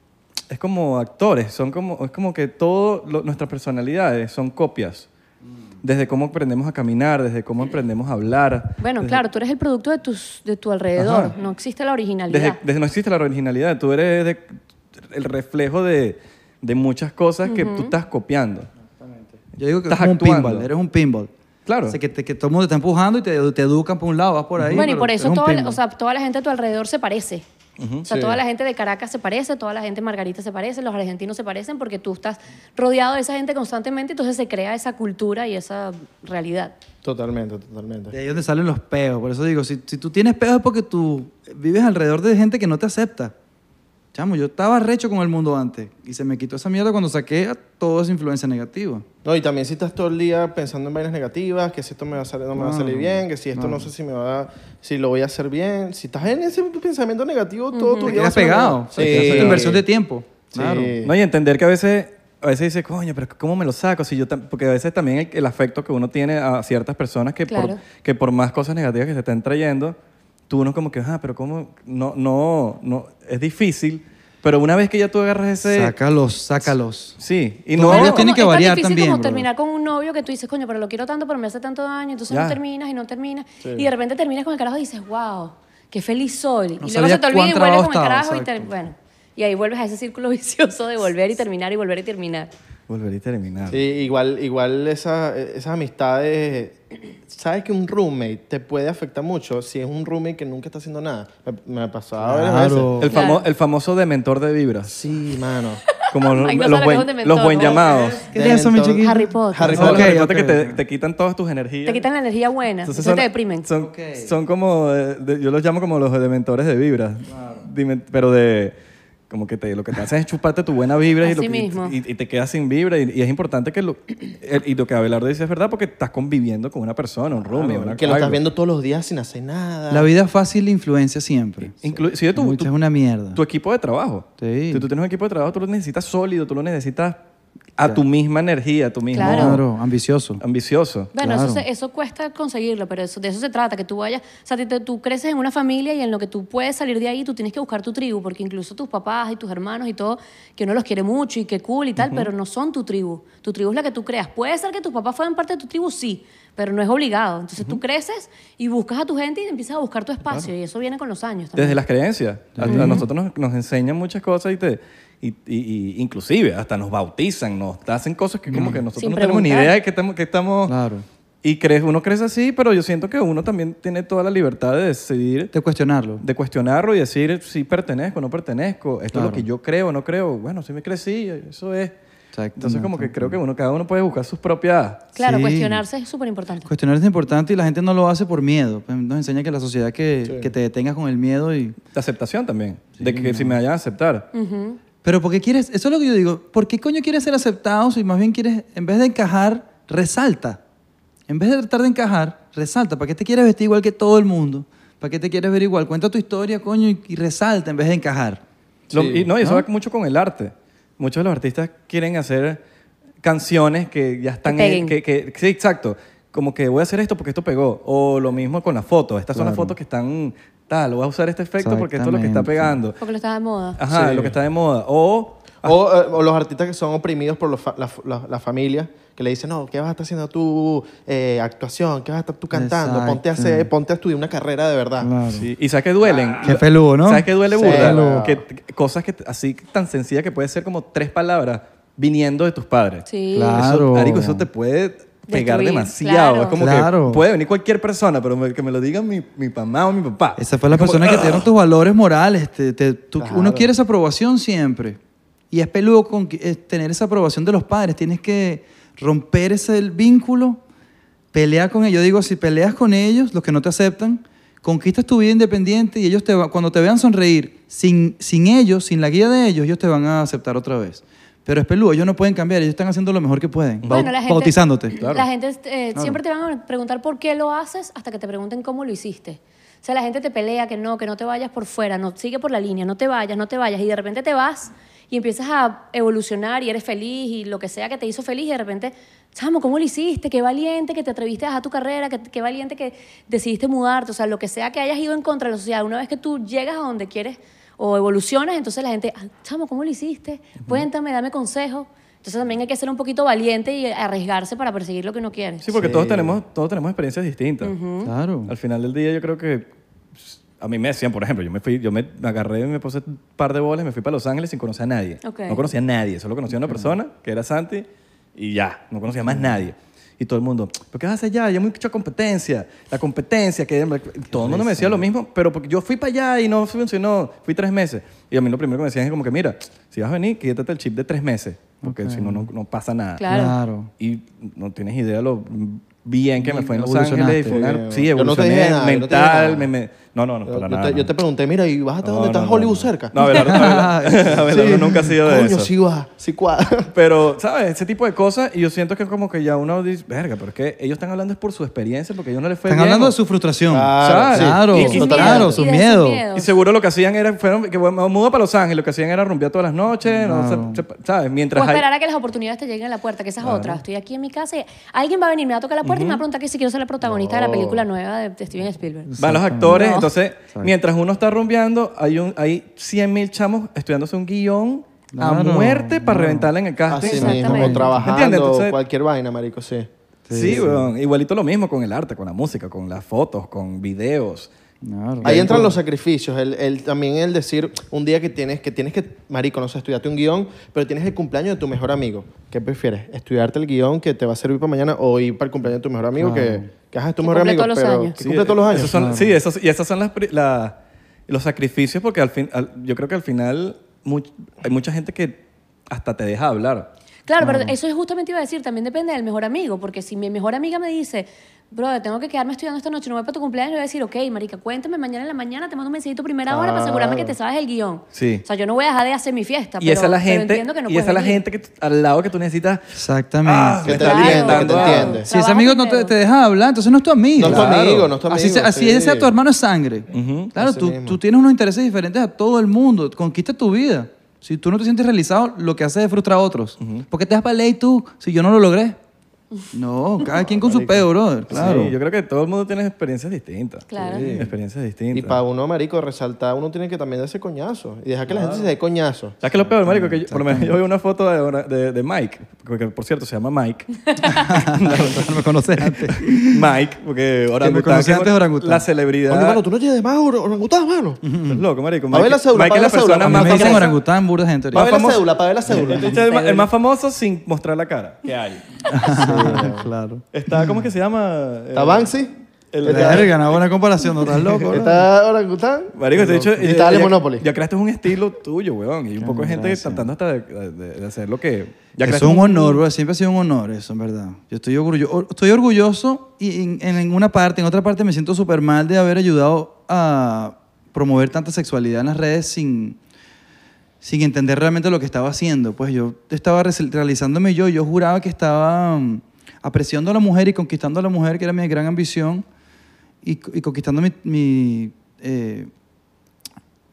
Speaker 2: es como actores, son como, es como que todas nuestras personalidades son copias.
Speaker 1: Mm.
Speaker 2: Desde cómo aprendemos a caminar, desde cómo aprendemos a hablar.
Speaker 4: Bueno,
Speaker 2: desde-
Speaker 4: claro, tú eres el producto de, tus, de tu alrededor,
Speaker 2: Ajá.
Speaker 4: no existe la
Speaker 2: Desde,
Speaker 4: originalidad.
Speaker 2: desde no existe la originalidad, tú eres de- el reflejo de, de muchas cosas que tú estás copiando.
Speaker 1: Yo digo que
Speaker 2: Estás
Speaker 1: es como un
Speaker 2: actuando.
Speaker 1: pinball, eres un pinball.
Speaker 2: Claro.
Speaker 1: O sea, que, te- que todo el mundo te está empujando y te, te educan por un lado, vas por ahí.
Speaker 4: bueno, y
Speaker 1: pero
Speaker 4: por
Speaker 1: eres
Speaker 4: eso
Speaker 1: un
Speaker 4: toda la,
Speaker 1: pinball.
Speaker 4: o sea, toda la gente de tu alrededor se parece. o sea,
Speaker 3: Sí.
Speaker 4: toda la gente de Caracas se parece, toda la gente de Margarita se parece, los argentinos se parecen porque tú estás rodeado de esa gente constantemente, entonces se crea esa cultura y esa realidad.
Speaker 3: Totalmente, totalmente.
Speaker 1: De ahí es donde salen los peos. Por eso digo, si, si tú tienes peos es porque tú vives alrededor de gente que no te acepta. Chamo, yo estaba recho con el mundo antes y se me quitó esa mierda cuando saqué a toda esa influencia negativa.
Speaker 3: No, y también si estás todo el día pensando en vainas negativas, que si esto me va a salir, no me va a salir bien, que si esto no, sé si me va a, si lo voy a hacer bien. Si estás en ese pensamiento negativo todo tu
Speaker 1: Te
Speaker 3: día. va a
Speaker 1: quedas
Speaker 3: ser una-
Speaker 1: pegado. O sea, te hace tu inversión de tiempo.
Speaker 3: Sí.
Speaker 1: Claro.
Speaker 2: No, y entender que a veces, a veces dice, coño, pero ¿cómo me lo saco? Si yo tam-?" Porque a veces también el, el afecto que uno tiene a ciertas personas que,
Speaker 4: Claro.
Speaker 2: por, que por más cosas negativas que se estén trayendo, tú uno como que, ah, pero ¿cómo? No, no, no, es difícil. Pero una vez que ya tú agarras ese...
Speaker 1: Sácalos, sácalos.
Speaker 2: Sí, y
Speaker 1: No,
Speaker 2: no...
Speaker 1: ellos tienen que
Speaker 4: es tan
Speaker 1: variar
Speaker 4: difícil
Speaker 1: también,
Speaker 4: como
Speaker 1: brother.
Speaker 4: terminar con un novio que tú dices, coño, pero lo quiero tanto, pero me hace tanto daño, entonces no
Speaker 2: Ya.
Speaker 4: terminas y no terminas. Y de repente terminas con el carajo y dices, wow, qué feliz soy.
Speaker 1: No
Speaker 4: y luego
Speaker 1: sabía
Speaker 4: se te olvida y
Speaker 1: cuán
Speaker 4: vuelves con el
Speaker 1: trabado
Speaker 4: carajo
Speaker 1: estaba,
Speaker 4: y te-
Speaker 1: exacto.
Speaker 4: bueno. Y ahí vuelves a ese círculo vicioso de volver y terminar y volver y terminar.
Speaker 2: Volver y terminar.
Speaker 3: Sí, igual, igual esa- esas amistades. Sabes que un roommate te puede afectar mucho si es un roommate que nunca está haciendo nada. Me, me ha pasado varias
Speaker 1: Claro.
Speaker 3: veces.
Speaker 2: El, famo-
Speaker 4: Claro.
Speaker 2: el famoso dementor de vibras.
Speaker 3: Sí, mano.
Speaker 2: Como los,
Speaker 4: Ay, no
Speaker 2: los
Speaker 4: sabe
Speaker 2: buen-
Speaker 4: que es un dementor,
Speaker 2: los buen
Speaker 4: ¿no?
Speaker 2: llamados.
Speaker 1: ¿Qué es eso, mi
Speaker 3: Dementor.
Speaker 1: chiquito?
Speaker 4: Harry Potter.
Speaker 3: Harry
Speaker 2: Son
Speaker 3: Potter.
Speaker 2: los
Speaker 1: Ok,
Speaker 2: reportes
Speaker 1: ok,
Speaker 2: que te,
Speaker 1: ok.
Speaker 2: te quitan todas tus energías.
Speaker 4: Te quitan la energía buena,
Speaker 2: Entonces
Speaker 4: entonces
Speaker 2: son-
Speaker 4: te deprimen.
Speaker 2: Son,
Speaker 1: Ok.
Speaker 2: son como, eh, de- yo los llamo como los dementores de vibras. Dimen- Pero de, como que te, lo que te hacen es chuparte tu buena vibra y, lo
Speaker 4: Así
Speaker 2: que-
Speaker 4: mismo.
Speaker 2: y, y te quedas sin vibra. Y, y es importante que lo, y lo que Abelardo dice es verdad porque estás conviviendo con una persona, un roomie. una-
Speaker 3: Que lo estás
Speaker 2: algo.
Speaker 3: viendo todos los días sin hacer nada.
Speaker 1: La vida fácil influencia siempre.
Speaker 2: Inclusive tu-
Speaker 1: Mucha
Speaker 2: tu-
Speaker 1: es una mierda.
Speaker 2: tu equipo de trabajo.
Speaker 1: Sí.
Speaker 2: Si tú tienes un equipo de trabajo, tú lo necesitas sólido, tú lo necesitas a tu misma energía, a tu mismo
Speaker 4: Claro.
Speaker 1: Claro, ambicioso.
Speaker 2: ambicioso.
Speaker 4: Bueno, eso,
Speaker 1: Claro.
Speaker 4: se- eso cuesta conseguirlo, pero eso, de eso se trata, que tú vayas, o sea, ti- te- tú creces en una familia y en lo que tú puedes salir de ahí, tú tienes que buscar tu tribu, porque incluso tus papás y tus hermanos y todo, que uno los quiere mucho y que cool y tal, pero no son tu tribu. Tu tribu es la que tú creas. Puede ser que tus papás fueran parte de tu tribu, sí, pero no es obligado. Entonces tú creces y buscas a tu gente y empiezas a buscar tu espacio, y eso viene con los años también.
Speaker 2: Desde las creencias. A, a nosotros nos, nos enseñan muchas cosas y te... Y, y- y inclusive hasta nos bautizan, nos hacen cosas que como que nosotros
Speaker 4: Sin
Speaker 2: no tenemos ni
Speaker 4: preguntar.
Speaker 2: idea de que estamos... Que estamos
Speaker 1: Claro.
Speaker 2: Y crees, uno crece así, pero yo siento que uno también tiene toda la libertad de decidir,
Speaker 1: De cuestionarlo.
Speaker 2: de cuestionarlo y decir si pertenezco o no pertenezco, esto es lo que yo creo o no creo, bueno, si me crecí, eso es.
Speaker 1: Exactamente.
Speaker 2: Entonces como que creo que uno, cada uno puede buscar sus propias...
Speaker 4: Claro,
Speaker 1: Sí.
Speaker 4: cuestionarse es súper importante.
Speaker 1: Cuestionar es importante y la gente no lo hace por miedo. Pues Nos enseña que la sociedad que, que te detengas con el miedo y...
Speaker 2: de aceptación también, de que si me vayan a aceptar.
Speaker 1: Pero porque quieres, eso es lo que yo digo, ¿por qué coño quieres ser aceptado si más bien quieres, en vez de encajar, resalta? En vez de tratar de encajar, resalta. ¿Para qué te quieres vestir igual que todo el mundo? ¿Para qué te quieres ver igual? Cuenta tu historia, coño, y, y resalta en vez de encajar.
Speaker 2: Lo- y no, y eso va mucho con el arte. Muchos de los artistas quieren hacer canciones que ya están...
Speaker 4: Que peguen.
Speaker 2: que- que- sí, exacto. Como que voy a hacer esto porque esto pegó. O lo mismo con las fotos. Estas son las fotos que están... Tal, voy a usar este efecto porque esto es lo que está
Speaker 1: Exactamente.
Speaker 2: pegando.
Speaker 4: Porque lo está de moda.
Speaker 1: Ah,
Speaker 2: Ajá,
Speaker 3: Sí.
Speaker 2: lo que está de moda. O...
Speaker 3: O, eh, o los artistas que son oprimidos por los fa- la, la- la familia, que le dicen, no, ¿qué vas a estar haciendo tú? eh, actuación, ¿qué vas a estar tú cantando? Ponte a, hacer,
Speaker 1: Exacto.
Speaker 3: ponte a estudiar una carrera de verdad.
Speaker 2: Sí, Y sabes que duelen.
Speaker 1: Qué peludo, ¿no?
Speaker 2: ¿Sabes que duele
Speaker 3: Sí,
Speaker 2: burda?
Speaker 3: peludo.
Speaker 2: Que, que cosas que así tan sencillas que puede ser como tres palabras viniendo de tus padres.
Speaker 4: Sí.
Speaker 1: Claro.
Speaker 2: Eso, marico, eso te puede pegar
Speaker 4: Destruir,
Speaker 2: demasiado.
Speaker 4: claro.
Speaker 2: Es como
Speaker 1: Claro.
Speaker 2: que puede venir cualquier persona, pero me- que me lo diga mi, mi mamá o mi papá.
Speaker 1: Esa fue la persona que te
Speaker 2: ah.
Speaker 1: dieron tus valores morales. te- te- tú- Uno quiere esa aprobación siempre. Y es peludo con, que- eh, tener esa aprobación de los padres. Tienes que romper ese el vínculo, pelear con ellos. Yo digo, si peleas con ellos, los que no te aceptan, conquistas tu vida independiente y ellos te va- cuando te vean sonreír, sin, sin ellos, sin la guía de ellos, ellos te van a aceptar otra vez. Pero es peludo, ellos no pueden cambiar, ellos están haciendo lo mejor que pueden, bau-
Speaker 4: Bueno, la gente-
Speaker 1: bautizándote.
Speaker 2: Claro.
Speaker 4: La gente eh, siempre te van a preguntar por qué lo haces hasta que te pregunten cómo lo hiciste. O sea, la gente te pelea que no, que no te vayas por fuera, no sigue por la línea, no te vayas, no te vayas. Y de repente te vas y empiezas a evolucionar y eres feliz y lo que sea que te hizo feliz. Y de repente, chamo, ¿cómo lo hiciste? Qué valiente que te atreviste a dejar tu carrera, que- qué valiente que decidiste mudarte. O sea, lo que sea que hayas ido en contra de la sociedad, una vez que tú llegas a donde quieres o evolucionas, entonces la gente, "Ah, chamo, ¿cómo lo hiciste? Cuéntame, dame consejo. Entonces también hay que ser un poquito valiente y arriesgarse para perseguir lo que uno quiere.
Speaker 2: Sí, porque Todos, tenemos, todos tenemos experiencias distintas.
Speaker 1: Claro.
Speaker 2: Al final del día yo creo que pues, a mí me decían, por ejemplo, yo me fui, yo me agarré, me puse un par de bolas, me fui para Los Ángeles sin conocer a nadie.
Speaker 4: Ok.
Speaker 2: No conocía a nadie, solo conocía a una persona que era Santi y ya, no conocía más nadie. Y todo el mundo, ¿pero qué vas a hacer allá? Ya hay mucha competencia, la competencia, que todo el mundo me decía lo mismo, pero porque yo fui para allá y no funcionó, fui tres meses. Y a mí lo primero que me decían es como que, mira, si vas a venir, quítate el chip de tres meses, porque si no, no, no pasa nada.
Speaker 4: Claro.
Speaker 1: Claro.
Speaker 2: Y no tienes idea lo bien que me fue en Los
Speaker 1: Evolucionaste.
Speaker 2: Ángeles. y fue una- sí,
Speaker 3: Yo no te dije
Speaker 2: evolucioné
Speaker 3: nada, yo no te dije
Speaker 2: mental.
Speaker 3: nada.
Speaker 2: me- me- no, no, no,
Speaker 3: Yo,
Speaker 2: para
Speaker 3: yo
Speaker 2: nada.
Speaker 3: te, yo
Speaker 2: no.
Speaker 3: te pregunté, mira, ¿y vas hasta
Speaker 2: No,
Speaker 3: donde está
Speaker 2: no, no,
Speaker 3: Hollywood
Speaker 2: no.
Speaker 3: cerca? Ah,
Speaker 2: No, Abelardo, Abelardo- Abelardo nunca ha sido de
Speaker 3: Coño,
Speaker 2: eso.
Speaker 3: sí va, sí cuadra.
Speaker 2: Pero, ¿sabes? Ese tipo de cosas. Y yo siento que como que ya uno dice, verga, pero es que ellos están hablando es por su experiencia, porque a ellos no les fue
Speaker 4: Pues
Speaker 1: Están
Speaker 2: bien,
Speaker 1: hablando
Speaker 2: o-
Speaker 1: de su frustración.
Speaker 3: Claro,
Speaker 2: sí.
Speaker 1: claro,
Speaker 4: Y de sus
Speaker 1: claro,
Speaker 4: miedos,
Speaker 1: su
Speaker 4: y de sus
Speaker 1: miedo.
Speaker 4: miedos.
Speaker 2: Y seguro lo que hacían era, fueron, que bueno, me mudo para Los Ángeles, lo que hacían era rumbear todas las noches, no, se- se- ¿sabes?
Speaker 4: O
Speaker 2: Mientras hay-
Speaker 4: esperar a que las oportunidades te lleguen a la puerta, que esa es otra. Estoy aquí en mi casa y alguien va a venir, me va a tocar la puerta y me va a preguntar que si quiero ser la protagonista de la película nueva de, de Steven Spielberg.
Speaker 2: van los actores,
Speaker 4: No.
Speaker 2: entonces, mientras uno está rumbeando, hay, un, hay 100 mil chamos estudiándose un guión a
Speaker 1: Claro,
Speaker 2: muerte para reventarla en el casting.
Speaker 3: Así mismo,
Speaker 4: Exactamente.
Speaker 3: o trabajando,
Speaker 2: ¿Entiendes? Entonces-
Speaker 3: cualquier vaina, marico, sí.
Speaker 2: Sí, weón. Igualito lo mismo con el arte, con la música, con las fotos, con videos.
Speaker 1: Claro.
Speaker 3: Ahí entran los sacrificios, el, el- también el decir un día que tienes que, tienes que marico, no sé, estudiarte un guión, pero tienes el cumpleaños de tu mejor amigo. ¿Qué prefieres? ¿Estudiarte el guión que te va a servir para mañana o ir para el cumpleaños de tu mejor amigo que, que ajá, es tu
Speaker 4: Que
Speaker 3: mejor
Speaker 4: cumple
Speaker 3: amigo?
Speaker 4: todos los
Speaker 3: pero
Speaker 4: años.
Speaker 3: que cumple todos los años.
Speaker 2: eh, Esos son- Sí, esos- y esos son las, pri- la- los sacrificios porque al fin, al- yo creo que al final much- hay mucha gente que hasta te deja hablar.
Speaker 4: Claro, pero eso es justamente iba a decir, también depende del mejor amigo, porque si mi mejor amiga me dice, brother, tengo que quedarme estudiando esta noche, no voy para tu cumpleaños, yo voy a decir, ok, marica, cuéntame mañana en la mañana, te mando un mensajito a primera hora para asegurarme que
Speaker 3: Claro.
Speaker 4: te sabes el guión.
Speaker 2: Ah. Sí.
Speaker 4: O sea, yo no voy a dejar de hacer mi fiesta,
Speaker 2: Y
Speaker 4: pero,
Speaker 2: esa es la
Speaker 4: pero
Speaker 2: gente,
Speaker 4: entiendo que no
Speaker 2: y esa es
Speaker 4: puedes
Speaker 2: la
Speaker 4: venir.
Speaker 2: gente que t- al lado que tú necesitas.
Speaker 1: Exactamente.
Speaker 2: Ah,
Speaker 3: Que te
Speaker 2: Claro.
Speaker 3: entiende, que te
Speaker 2: Claro.
Speaker 3: entiende.
Speaker 1: Si ese
Speaker 4: Trabajo
Speaker 1: amigo no te,
Speaker 4: primero.
Speaker 1: te deja hablar, entonces no es tu amigo.
Speaker 3: No es tu
Speaker 2: Claro.
Speaker 3: amigo, no es tu amigo.
Speaker 1: así sea- así
Speaker 3: sí.
Speaker 1: sea tu hermano es sangre. Claro,
Speaker 3: Así
Speaker 1: tú,
Speaker 3: mismo.
Speaker 1: tú tienes unos intereses diferentes a todo el mundo. Conquista tu vida. Si tú no te sientes realizado, lo que haces es frustrar a otros. ¿Por qué te das para ley tú si yo no lo logré? No, cada quien con su peo, brother. Claro.
Speaker 2: Sí, yo creo que todo el mundo tiene experiencias distintas.
Speaker 4: Claro.
Speaker 2: Sí, Experiencias distintas.
Speaker 3: Y para uno, marico, resaltar, uno tiene que también darse coñazo y dejar que la gente se dé coñazo.
Speaker 2: ¿Sabes qué es lo peor, marico? Que yo, por lo menos yo vi una foto de, una- de- de Mike, porque por cierto se llama Mike.
Speaker 1: no me conoces antes.
Speaker 2: Mike, porque orangután.
Speaker 1: conocí
Speaker 2: que
Speaker 1: antes de orangután.
Speaker 2: La
Speaker 3: Oye,
Speaker 2: celebridad.
Speaker 3: mano, tú no tienes más or- orangután, mano.
Speaker 2: Estás loco, marico.
Speaker 3: A ver la cédula,
Speaker 2: Mike es
Speaker 3: a
Speaker 2: la
Speaker 3: ver la cédula.
Speaker 2: persona
Speaker 1: A mí
Speaker 2: más
Speaker 1: me dicen
Speaker 2: famosa.
Speaker 1: orangután, burda de gente.
Speaker 3: Para
Speaker 2: Más
Speaker 3: ver la
Speaker 2: famoso-
Speaker 3: cédula, para ver la cédula.
Speaker 2: El, más- el más famoso sin mostrar la cara. ¿Qué hay?
Speaker 3: Ah,
Speaker 1: claro.
Speaker 2: Está, ¿cómo es que se llama? Eh,
Speaker 3: ¿Está Banksy?
Speaker 2: el-
Speaker 3: Está-
Speaker 1: Verga, una buena comparación, no estás loco. brother?
Speaker 3: ¿Está orangután?
Speaker 2: Marico, te he dicho.
Speaker 3: Y
Speaker 2: eh,
Speaker 3: está
Speaker 2: ya-
Speaker 3: de Monopoly.
Speaker 2: Ya creaste un estilo tuyo, weón. Y un poco de gente tratando hasta de, de- de hacer lo que. Ya
Speaker 1: Eso
Speaker 2: creaste
Speaker 1: es un honor, bro. Siempre ha sido un honor eso, en verdad. Yo estoy orgulloso, estoy orgulloso y en, en una parte, en otra parte me siento súper mal de haber ayudado a promover tanta sexualidad en las redes sin, sin entender realmente lo que estaba haciendo. Pues yo estaba re- realizándome yo, yo juraba que estaba mm, apreciando a la mujer y conquistando a la mujer, que era mi gran ambición, y, co- y conquistando mi, mi, eh,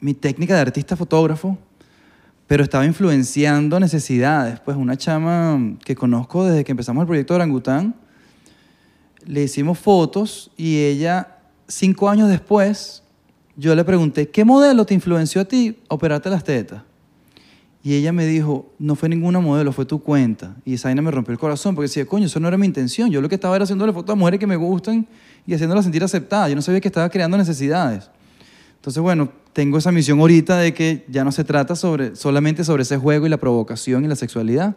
Speaker 1: mi técnica de artista fotógrafo, pero estaba influenciando necesidades. Pues una chama que conozco desde que empezamos el proyecto de Orangután, le hicimos fotos y ella, cinco años después, yo le pregunté, ¿qué modelo te influenció a ti a operarte las tetas? Y ella me dijo, no fue ninguna modelo, fue tu cuenta. Y esa vaina me rompió el corazón porque decía, coño, eso no era mi intención. Yo lo que estaba era haciéndole fotos a mujeres que me gustan y haciéndolas sentir aceptadas. Yo no sabía que estaba creando necesidades. Entonces, bueno, tengo esa misión ahorita de que ya no se trata sobre, solamente sobre ese juego y la provocación y la sexualidad,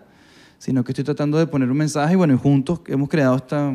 Speaker 1: sino que estoy tratando de poner un mensaje y bueno, y juntos hemos creado esta,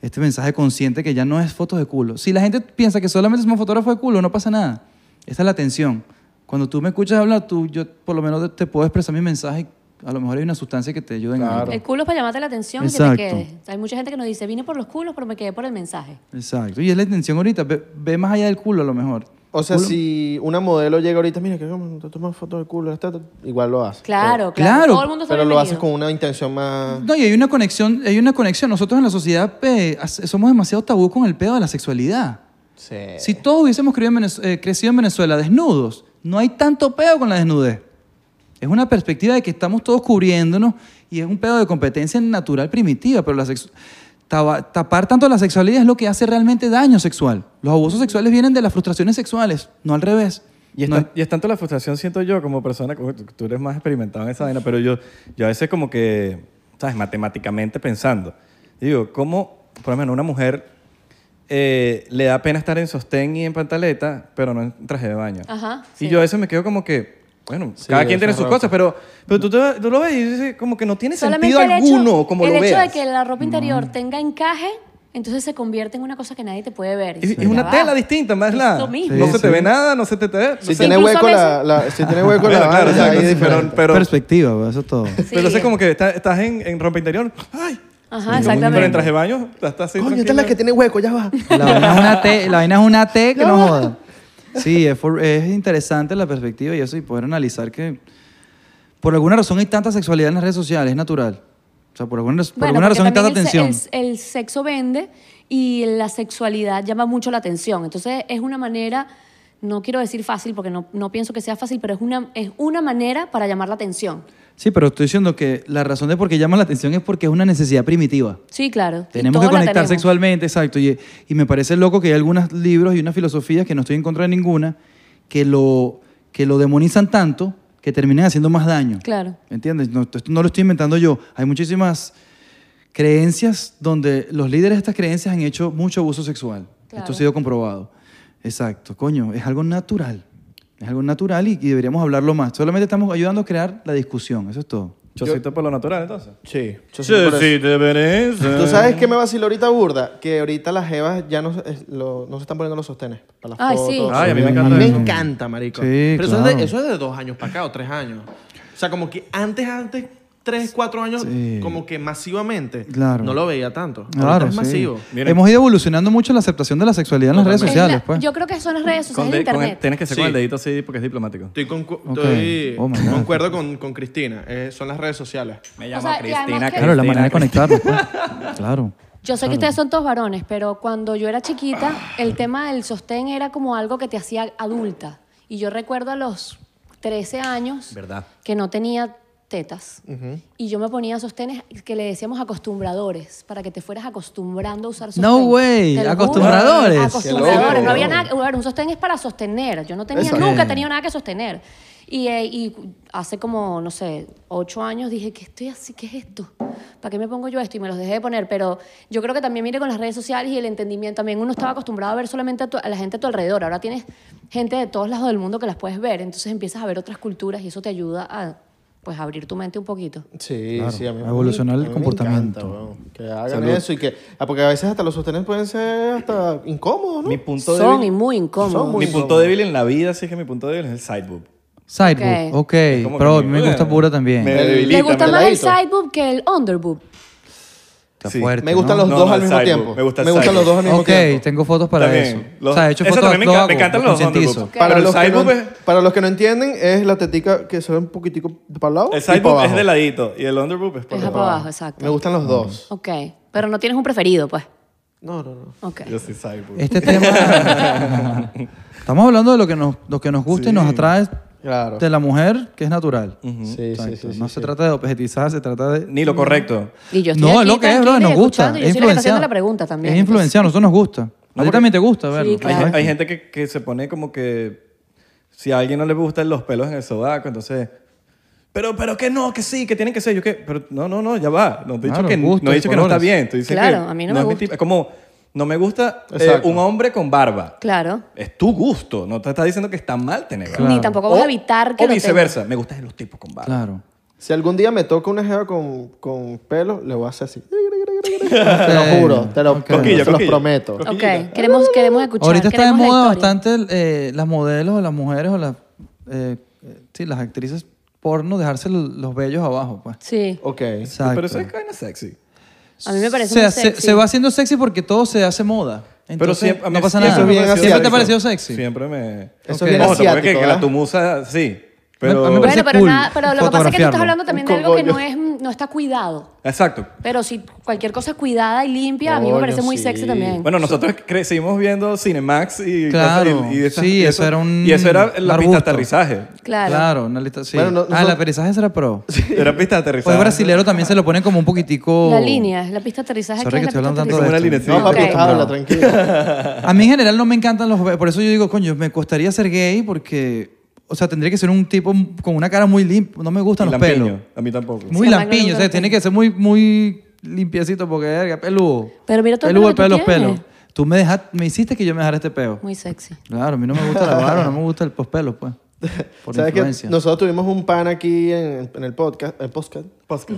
Speaker 1: este mensaje consciente que ya no es fotos de culo. Si la gente piensa que solamente somos fotógrafos de culo, no pasa nada. Esta es la tensión. Cuando tú me escuchas hablar, tú, yo por lo menos te puedo expresar mi mensaje. A lo mejor hay una sustancia que te ayude en algo.
Speaker 4: El culo es para llamarte la atención y que te
Speaker 1: Exacto.
Speaker 4: quedes. Hay mucha gente que nos dice, vine por los culos, pero me quedé por el mensaje.
Speaker 1: Exacto. Y es la intención ahorita. Ve, ve más allá del culo a lo mejor.
Speaker 3: O sea, si una modelo llega ahorita, mira, que como te tomas fotos del culo, esta- igual lo hace.
Speaker 2: Oh,
Speaker 4: Claro, claro.
Speaker 1: Claro,
Speaker 4: todo el mundo
Speaker 3: Pero, pero
Speaker 4: está
Speaker 3: lo haces
Speaker 4: bienvenido.
Speaker 3: con una intención más.
Speaker 1: No, y hay una conexión, hay una conexión. Nosotros en la sociedad eh, as- somos demasiado tabú con el pedo de la sexualidad.
Speaker 2: Eh.
Speaker 3: Sí.
Speaker 1: Si todos hubiésemos crecido en, Venez- eh, crecido en Venezuela desnudos, no hay tanto pedo con la desnudez. Es una perspectiva de que estamos todos cubriéndonos y es un pedo de competencia natural primitiva, pero la sexu- taba- tapar tanto la sexualidad es lo que hace realmente daño sexual. Los abusos sexuales vienen de las frustraciones sexuales, no al revés.
Speaker 2: Y es,
Speaker 1: No
Speaker 2: tan- y es tanto la frustración, siento yo, como persona, como tú, tú eres más experimentado en esa vaina, pero yo, yo a veces como que, ¿sabes? Matemáticamente pensando. Digo, ¿cómo, por lo menos, una mujer eh, le da pena estar en sostén y en pantaleta, pero no en traje de baño?
Speaker 4: Ajá,
Speaker 2: Y
Speaker 4: sí.
Speaker 2: yo a veces me quedo como que, bueno,
Speaker 3: Sí,
Speaker 2: cada quien tiene
Speaker 3: esa
Speaker 2: sus
Speaker 3: ropa.
Speaker 2: cosas, pero, pero tú, te- tú lo ves y dices como que no tiene
Speaker 4: Solamente
Speaker 2: sentido
Speaker 4: el hecho-
Speaker 2: alguno como
Speaker 4: el
Speaker 2: lo
Speaker 4: hecho
Speaker 2: veas. Mm.
Speaker 4: de que la ropa interior tenga encaje, entonces se convierte en una cosa que nadie te puede ver.
Speaker 2: es,
Speaker 4: Y
Speaker 2: es una
Speaker 4: ya va.
Speaker 2: tela distinta, más la.
Speaker 4: lo mismo.
Speaker 2: No
Speaker 1: Sí,
Speaker 2: se te
Speaker 1: sí.
Speaker 2: ve nada, no se te te ve.
Speaker 3: Si
Speaker 2: no sé.
Speaker 3: tiene
Speaker 4: incluso
Speaker 3: hueco
Speaker 4: a
Speaker 3: la, la- si tiene hueco la
Speaker 2: Bueno, claro,
Speaker 3: vaina,
Speaker 2: exacto,
Speaker 3: ahí es
Speaker 2: sí, pero-
Speaker 3: diferente.
Speaker 2: pero-
Speaker 1: Perspectiva, pues, eso es todo.
Speaker 4: Sí.
Speaker 2: Pero entonces como que está- estás en, en rompe interior. ¡Ay!
Speaker 4: Ajá,
Speaker 2: Pero en
Speaker 4: exactamente.
Speaker 2: traje de baño, está así.
Speaker 3: Coño, esta es
Speaker 2: tranquila.
Speaker 3: la que tiene hueco, ya va.
Speaker 1: La vaina es una T, la vaina es una T que no joda. Sí, es, for- es interesante la perspectiva y eso, y poder analizar que por alguna razón hay tanta sexualidad en las redes sociales, es natural. O sea, por alguna, por
Speaker 4: Bueno,
Speaker 1: alguna
Speaker 4: porque
Speaker 1: razón hay tanta
Speaker 4: también
Speaker 1: atención.
Speaker 4: el se- El, el sexo vende y la sexualidad llama mucho la atención. Entonces es una manera, no quiero decir fácil porque no, no pienso que sea fácil, pero es una, es una manera para llamar la atención.
Speaker 1: Sí, pero estoy diciendo que la razón de por qué llama la atención es porque es una necesidad primitiva.
Speaker 4: Sí, claro. y
Speaker 1: Tenemos que
Speaker 4: todos la
Speaker 1: conectar
Speaker 4: tenemos.
Speaker 1: sexualmente, exacto. Y, y me parece loco que hay algunos libros y unas filosofías que no estoy en contra de ninguna, que lo, que lo demonizan tanto que terminan haciendo más daño.
Speaker 4: Claro.
Speaker 1: ¿Entiendes? No, esto no lo estoy inventando yo. Hay muchísimas creencias donde los líderes de estas creencias han hecho mucho abuso sexual.
Speaker 4: Claro.
Speaker 1: Esto ha sido comprobado. Exacto, coño, es algo natural. Es algo natural y, y deberíamos hablarlo más. Solamente estamos ayudando a crear la discusión, eso es todo.
Speaker 2: Chocito por lo natural, entonces.
Speaker 3: Sí. yo soy por eso.
Speaker 2: te merece.
Speaker 1: Eh.
Speaker 3: ¿Tú sabes qué me vaciló ahorita burda? Que ahorita las jevas ya no, es- lo- no se están poniendo los sostenes para las
Speaker 4: Ay,
Speaker 3: fotos.
Speaker 4: sí.
Speaker 2: Ay, a mí me encanta
Speaker 3: Me
Speaker 2: eso.
Speaker 3: encanta, marico.
Speaker 1: Sí,
Speaker 3: Pero eso, es
Speaker 1: claro.
Speaker 3: de, eso es de dos años para acá o tres años. O sea, como que antes, antes, tres, cuatro años,
Speaker 1: Sí.
Speaker 3: como que masivamente.
Speaker 1: Claro.
Speaker 3: No lo veía tanto.
Speaker 1: Claro,
Speaker 3: ahorita es
Speaker 1: sí.
Speaker 3: masivo.
Speaker 2: Miren.
Speaker 1: Hemos ido evolucionando mucho la aceptación de la sexualidad en las redes
Speaker 4: Es la-
Speaker 1: sociales, pues.
Speaker 4: Yo creo que son las redes
Speaker 2: Con
Speaker 4: sociales de
Speaker 2: de- con
Speaker 4: internet.
Speaker 2: el- tienes que ser con
Speaker 3: Sí.
Speaker 2: el dedito así porque es diplomático.
Speaker 3: Estoy, concu-
Speaker 1: Ok.
Speaker 3: estoy-
Speaker 1: Oh, my God.
Speaker 3: concuerdo con, con Cristina. Eh, son las redes sociales.
Speaker 2: Me
Speaker 4: llamo sea, y Cristina, además que-
Speaker 1: Claro, la manera de
Speaker 2: Cristina.
Speaker 1: conectarnos, pues. Claro.
Speaker 4: Yo sé que ustedes son todos varones, pero cuando yo era chiquita, el tema del sostén era como algo que te hacía adulta. Y yo recuerdo a los 13 años
Speaker 2: Verdad.
Speaker 4: que no tenía tetas. Y yo me ponía sostenes que le decíamos acostumbradores, para que te fueras acostumbrando a usar sostén.
Speaker 1: way,
Speaker 4: Te lo juro.
Speaker 1: acostumbradores.
Speaker 3: Qué
Speaker 4: Acostumbradores.
Speaker 3: loco.
Speaker 4: No había nada. bueno, un sostén es para sostener. Yo no tenía,
Speaker 3: Exacto.
Speaker 4: nunca he tenido nada que sostener. Y, eh, y hace como, no sé, ocho años dije, ¿qué estoy así? ¿Qué es esto? ¿Para qué me pongo yo esto? Y me los dejé de poner. Pero yo creo que también mire con las redes sociales y el entendimiento. También uno estaba acostumbrado a ver solamente a, tu- a la gente a tu alrededor. Ahora tienes gente de todos lados del mundo que las puedes ver. Entonces empiezas a ver otras culturas y eso te ayuda a pues abrir tu mente un poquito.
Speaker 3: Sí,
Speaker 1: Claro,
Speaker 3: sí, a mí
Speaker 1: a evolucionar
Speaker 3: a mí
Speaker 1: el
Speaker 3: me
Speaker 1: comportamiento.
Speaker 3: encanta, weón, que hagan
Speaker 2: Salud.
Speaker 3: eso y que. ah, Porque a veces hasta los sostenes pueden ser hasta incómodos, ¿no?
Speaker 2: Mi punto
Speaker 4: Son y
Speaker 2: débil.
Speaker 4: muy incómodos.
Speaker 3: muy
Speaker 2: Mi punto
Speaker 3: incómodo.
Speaker 2: débil en la vida, sí que mi punto débil es el side boob.
Speaker 1: Sidebook,
Speaker 4: Ok.
Speaker 1: ok. Pero a mí me gusta pura también.
Speaker 2: Me
Speaker 3: Me
Speaker 2: debilita.
Speaker 4: Me gusta
Speaker 3: me
Speaker 4: más
Speaker 3: la
Speaker 4: el
Speaker 3: hizo.
Speaker 4: sideboob que el underboob.
Speaker 1: Está
Speaker 2: sí.
Speaker 1: fuerte,
Speaker 3: Me gustan
Speaker 1: ¿no?
Speaker 3: los
Speaker 2: Este, No,
Speaker 3: dos
Speaker 2: no,
Speaker 3: al
Speaker 2: el
Speaker 3: mismo
Speaker 2: side
Speaker 3: tiempo.
Speaker 2: boob. Me gusta el
Speaker 3: me
Speaker 2: side
Speaker 3: gustan los dos al mismo
Speaker 1: Ok,
Speaker 3: tiempo.
Speaker 1: tengo fotos para
Speaker 2: También.
Speaker 1: eso. O sea, he hecho
Speaker 2: Eso
Speaker 1: fotos,
Speaker 2: también me
Speaker 1: lo
Speaker 2: enca-
Speaker 1: hago,
Speaker 2: me encantan
Speaker 1: lo
Speaker 2: los
Speaker 1: concientizo.
Speaker 2: underboob.
Speaker 3: Para,
Speaker 2: Pero el
Speaker 3: los que
Speaker 2: side
Speaker 3: no,
Speaker 2: boob es-
Speaker 3: para los que no entienden, es la tetica que se ve un poquitico para el lado.
Speaker 2: El
Speaker 3: y para
Speaker 2: side boob es
Speaker 3: abajo.
Speaker 2: de ladito y el under boob es por
Speaker 4: Es
Speaker 2: debajo.
Speaker 4: para abajo, exacto.
Speaker 3: Me gustan los dos.
Speaker 4: Ok, pero no tienes un preferido, pues.
Speaker 3: No, no, no.
Speaker 4: Ok.
Speaker 2: Yo soy side boob.
Speaker 1: Este tema. Estamos hablando de lo que nos, lo que nos gusta y nos atrae
Speaker 3: Claro.
Speaker 1: de la mujer, que es natural.
Speaker 3: Sí, sí,
Speaker 1: Exacto.
Speaker 3: sí, sí,
Speaker 1: no
Speaker 3: sí.
Speaker 1: se trata de objetizar, se trata de.
Speaker 2: Ni lo correcto.
Speaker 4: Y yo estoy
Speaker 1: No, es
Speaker 4: aquí
Speaker 1: lo que es,
Speaker 4: tranquila
Speaker 1: bro,
Speaker 4: y
Speaker 1: nos gusta.
Speaker 4: escuchando, y yo
Speaker 1: Es
Speaker 4: soy la que está haciendo
Speaker 1: influenciado.
Speaker 4: la pregunta también.
Speaker 1: Es influenciado, a nosotros nos gusta. a
Speaker 2: porque-
Speaker 1: ti también te gusta verlo.
Speaker 4: claro.
Speaker 2: Hay,
Speaker 1: ¿sabes?
Speaker 2: hay gente que, que se pone como que si a alguien no le gustan los pelos en el sobaco, entonces... Pero, pero que no, que sí, que tienen que ser. Yo que, pero no, no, no, ya va. No te he dicho,
Speaker 1: Claro,
Speaker 2: que,
Speaker 1: gustos,
Speaker 2: no, he dicho que no está
Speaker 1: colores.
Speaker 2: bien. Tú dices
Speaker 4: Claro,
Speaker 2: que
Speaker 4: a mí no me
Speaker 2: es mi
Speaker 4: gusta.
Speaker 2: tipo. Es como, no me gusta eh,
Speaker 3: Exacto.
Speaker 2: un hombre con barba.
Speaker 4: Claro.
Speaker 2: Es tu gusto. No te está diciendo que está mal tener barba.
Speaker 4: Ni tampoco vas a evitar que
Speaker 2: O
Speaker 4: lo
Speaker 2: viceversa. Me gustan los tipos con barba.
Speaker 1: Claro.
Speaker 3: Si algún día me toca una jeva con, con pelo, le voy a hacer así. Te lo juro, te lo,
Speaker 1: Ok.
Speaker 3: te lo-
Speaker 2: Coquillo,
Speaker 3: se los
Speaker 2: coquillo.
Speaker 3: prometo.
Speaker 4: tengas. Ok, queremos, queremos escuchar.
Speaker 1: Uh, Ahorita está de
Speaker 4: queremos la
Speaker 1: moda
Speaker 4: historia.
Speaker 1: bastante el, eh, las modelos o las mujeres o las, eh, eh, sí, las actrices porno dejarse l- los vellos abajo, pues.
Speaker 4: Sí,
Speaker 3: Ok.
Speaker 1: Exacto.
Speaker 2: Pero eso es vaina sexy.
Speaker 4: a mí me parece
Speaker 1: O sea,
Speaker 4: muy
Speaker 1: se,
Speaker 4: sexy.
Speaker 1: se va haciendo sexy porque todo se hace moda.
Speaker 2: pero
Speaker 1: Entonces,
Speaker 2: siempre, a mí
Speaker 1: no pasa
Speaker 2: siempre
Speaker 1: nada.
Speaker 3: eso es
Speaker 2: me
Speaker 3: bien
Speaker 2: pareció
Speaker 1: siempre te ha
Speaker 3: asiático.
Speaker 1: parecido sexy.
Speaker 2: Siempre me...
Speaker 3: Eso
Speaker 1: Ok.
Speaker 3: es bien
Speaker 2: Ojo, tampoco es que,
Speaker 3: asiático,
Speaker 2: que la
Speaker 3: ¿verdad?
Speaker 2: tu musa, sí. Pero...
Speaker 1: a mí ¿eh? me parece
Speaker 4: bueno, pero,
Speaker 1: cool
Speaker 4: nada, pero lo que pasa es que tú estás
Speaker 1: fotografiarlo.
Speaker 4: hablando también de
Speaker 3: Un
Speaker 4: algo que no,
Speaker 3: cogollo.
Speaker 4: es, no está cuidado.
Speaker 2: Exacto.
Speaker 4: Pero si cualquier cosa es cuidada y limpia, a mí me
Speaker 3: Coño,
Speaker 4: parece muy
Speaker 3: sí.
Speaker 4: sexy también.
Speaker 2: Bueno, nosotros crecimos viendo Cinemax y...
Speaker 1: Claro,
Speaker 2: y- y esas-
Speaker 1: sí,
Speaker 2: y
Speaker 1: eso era un
Speaker 2: Y eso era la pista de
Speaker 1: arbusto.
Speaker 2: aterrizaje.
Speaker 4: claro.
Speaker 1: Claro, una lista- sí.
Speaker 3: Bueno, no-
Speaker 1: ah, el
Speaker 3: nosotros-
Speaker 1: aperizaje era pro.
Speaker 2: Era pista de aterrizaje.
Speaker 1: Pues brasilero también se lo ponen como un poquitico...
Speaker 4: La línea, la pista de aterrizaje.
Speaker 1: Sorry
Speaker 4: ¿qué
Speaker 1: que
Speaker 4: es la
Speaker 1: estoy hablando tanto
Speaker 4: pista
Speaker 2: Como
Speaker 1: de esto.
Speaker 2: una línea, sí.
Speaker 3: No, papi,
Speaker 4: Ok.
Speaker 3: habla, tranquilo.
Speaker 1: A mí en general no me encantan los ve- Por eso yo digo, coño, me costaría ser gay porque... O sea, tendría que ser un tipo con una cara muy limpia. No me gustan
Speaker 2: Y
Speaker 1: los
Speaker 2: lampiño.
Speaker 1: pelos.
Speaker 2: A mí tampoco.
Speaker 1: Muy
Speaker 4: Sí, a Michael
Speaker 1: lampiño, o sea,
Speaker 4: Jordan.
Speaker 1: tiene que ser muy, muy limpiecito porque verga, peludo.
Speaker 4: Pero mira todo el
Speaker 1: peludo,
Speaker 4: pelo que tú
Speaker 1: peludo,
Speaker 4: tienes.
Speaker 1: peludo. Tú me, dejaste, me hiciste que yo me dejara este peo.
Speaker 4: Muy sexy.
Speaker 1: Claro, a mí no me gusta la barba, no me gusta el pospelo, pues. Por
Speaker 3: ¿Sabes
Speaker 1: influencia.
Speaker 3: que nosotros tuvimos un pan aquí en, en el podcast, el podcast,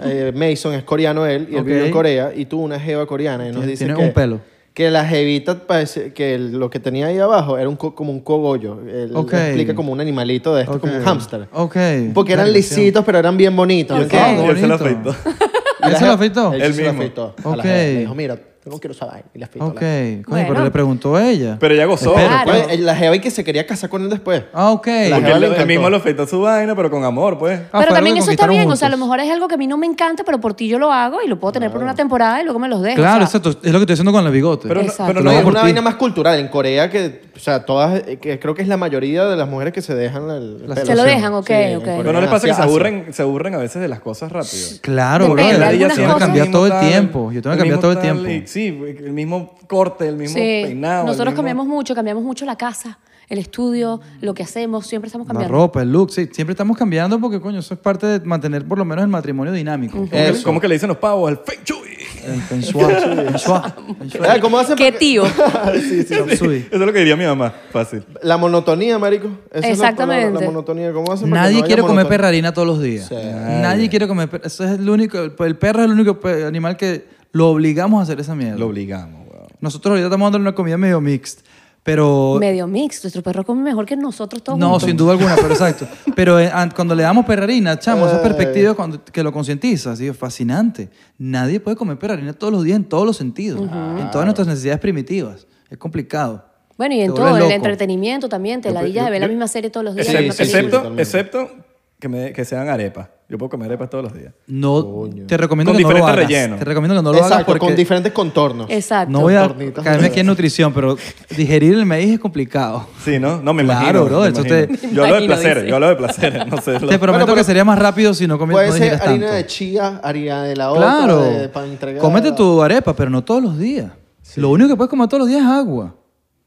Speaker 3: Eh, Mason es coreano él y él
Speaker 1: Ok.
Speaker 3: vive en Corea y tuvo una jeva coreana y nos
Speaker 1: Tiene-
Speaker 3: dice
Speaker 1: tiene
Speaker 3: que,
Speaker 1: un pelo.
Speaker 3: que la jevita parece- que el- lo que tenía ahí abajo era un co- como un cogollo, él
Speaker 1: Ok.
Speaker 3: explica como un animalito de esto, como un hámster.
Speaker 1: Ok.
Speaker 3: Porque eran
Speaker 1: Verga, sí.
Speaker 3: lisitos pero eran bien bonitos.
Speaker 1: Ok.
Speaker 3: ¿entiendes?
Speaker 2: Ah, Él se lo
Speaker 1: bonito.
Speaker 2: afeitó.
Speaker 3: Y
Speaker 1: ¿Él
Speaker 3: la
Speaker 1: se lo
Speaker 3: jeva-
Speaker 1: afeitó?
Speaker 3: Él
Speaker 2: Él
Speaker 3: sí se lo
Speaker 2: mismo.
Speaker 3: afeitó. a la
Speaker 1: Ok.
Speaker 3: jeva. Le dijo, mira, no quiero saber. Y le afeitó. a la
Speaker 1: Ok,
Speaker 3: jeva.
Speaker 1: coño, pero
Speaker 4: Bueno.
Speaker 1: le preguntó ella.
Speaker 2: Pero ella gozó.
Speaker 1: Espera.
Speaker 4: Claro.
Speaker 3: Pues, el- la jeva y que se quería casar con él después.
Speaker 1: ah, ok.
Speaker 3: La
Speaker 2: Porque
Speaker 3: jeva
Speaker 2: él,
Speaker 3: le
Speaker 2: él
Speaker 3: encantó.
Speaker 2: mismo lo afeitó su vaina, pero con amor, pues.
Speaker 1: Ah, fue
Speaker 4: pero
Speaker 1: algo
Speaker 4: también
Speaker 1: que
Speaker 4: eso está
Speaker 1: conquistaron
Speaker 4: bien, o sea, a lo
Speaker 1: juntos.
Speaker 4: mejor es algo que a mí no me encanta, pero por ti yo lo hago y lo puedo tener por una temporada y luego me los dejo.
Speaker 1: Claro,
Speaker 4: o sea,
Speaker 1: exacto. Es lo que estoy haciendo con la bigote.
Speaker 2: Pero, no-
Speaker 4: Exacto.
Speaker 2: pero
Speaker 1: Te lo
Speaker 2: no,
Speaker 3: No,
Speaker 1: hago
Speaker 3: es
Speaker 1: por
Speaker 3: una
Speaker 1: ti.
Speaker 3: vaina más cultural. En Corea, que, o sea, todas, eh, que creo que es la mayoría de las mujeres que se dejan el
Speaker 1: La
Speaker 3: pelo.
Speaker 4: Se lo
Speaker 3: Sí.
Speaker 4: dejan, ok,
Speaker 3: en
Speaker 4: ok.
Speaker 3: Corea,
Speaker 2: pero no les pasa que se
Speaker 3: hacia Asia.
Speaker 2: aburren, se aburren a veces de las cosas rápido.
Speaker 1: Claro,
Speaker 4: Depende,
Speaker 1: porque
Speaker 4: Pero
Speaker 1: yo
Speaker 4: algunas
Speaker 1: tengo que
Speaker 4: cosas-
Speaker 1: cambiar todo el
Speaker 2: mismo tal,
Speaker 1: tiempo. Yo tengo que cambiar
Speaker 2: mismo
Speaker 1: todo el
Speaker 2: tal,
Speaker 1: tiempo.
Speaker 2: y sí, el mismo corte, el mismo
Speaker 4: sí.
Speaker 2: peinado. el
Speaker 4: Nosotros
Speaker 2: mismo-
Speaker 4: cambiamos mucho, cambiamos mucho la casa, el estudio, lo que hacemos, siempre estamos
Speaker 1: La
Speaker 4: cambiando.
Speaker 1: ropa, el look, sí. Siempre estamos cambiando porque, coño, eso es parte de mantener por lo menos el matrimonio dinámico.
Speaker 4: Mm.
Speaker 2: ¿Cómo que-
Speaker 3: Eso.
Speaker 2: ¿Cómo que le dicen los pavos? El feng shui.
Speaker 1: El feng shui, feng shui, feng shui.
Speaker 3: Ah, ¿Cómo hacen
Speaker 4: ¿Qué
Speaker 3: para que-
Speaker 4: tío?
Speaker 3: Sí, sí.
Speaker 1: Feng
Speaker 2: Eso
Speaker 1: shui.
Speaker 2: es lo que diría mi mamá. Fácil.
Speaker 3: La monotonía, marico. Esa es la palabra, la
Speaker 4: Exactamente.
Speaker 3: monotonía. ¿Cómo hacen para que
Speaker 1: Nadie
Speaker 3: no haya
Speaker 1: quiere comer
Speaker 3: monotonía?
Speaker 1: perrarina todos los días. Nadie quiere comer perra. Eso es el único. El el perro es el único pe- animal que lo obligamos a hacer esa mierda.
Speaker 2: Lo obligamos, weón.
Speaker 1: Nosotros ahorita estamos dando una comida medio mixta, pero
Speaker 4: Medio mix, nuestro perro come mejor que nosotros todos
Speaker 1: no,
Speaker 4: juntos.
Speaker 1: sin duda alguna, pero exacto. Pero eh, an- cuando le damos perrarina, chamo, esa perspectiva cuando, que lo concientizas, es fascinante. Nadie puede comer perrarina todos los días en todos los sentidos, en todas nuestras necesidades primitivas. Es complicado.
Speaker 4: Bueno, y en
Speaker 1: Te
Speaker 4: todo,
Speaker 1: vuelves
Speaker 4: en el
Speaker 1: loco.
Speaker 4: entretenimiento también, te ladillas de ver la misma serie todos los días. la
Speaker 2: Excepto,
Speaker 4: misma
Speaker 3: sí, sí,
Speaker 4: película.
Speaker 2: excepto,
Speaker 3: totalmente.
Speaker 2: excepto que, me, que sean arepas. Yo puedo comer arepas todos los días.
Speaker 1: No, te recomiendo
Speaker 2: Con
Speaker 1: que no lo
Speaker 2: diferente
Speaker 1: hagas.
Speaker 2: relleno.
Speaker 1: Te recomiendo que no lo hagas
Speaker 3: Exacto,
Speaker 1: porque
Speaker 3: con diferentes contornos.
Speaker 4: Exacto.
Speaker 1: no voy a
Speaker 3: Tornitos.
Speaker 1: caerme aquí en nutrición, pero digerir el maíz es complicado.
Speaker 2: Sí, ¿no? No, me
Speaker 1: Claro,
Speaker 2: imagino.
Speaker 1: bro,
Speaker 2: me
Speaker 1: eso
Speaker 2: imagino.
Speaker 1: te- Este
Speaker 2: Yo hablo de
Speaker 4: Imagino,
Speaker 2: placer,
Speaker 4: dice.
Speaker 2: yo hablo de placer. No sé. lo-
Speaker 1: Te prometo
Speaker 3: pero-
Speaker 1: que sería más rápido si no, comi-
Speaker 3: Puede
Speaker 1: no
Speaker 3: ser
Speaker 1: digieras
Speaker 3: harina
Speaker 1: tanto.
Speaker 3: de chía, harina de la otra,
Speaker 1: Claro.
Speaker 3: de pan integral.
Speaker 1: Cómete tu arepa, pero no todos los días. Lo único que puedes comer todos los días es agua.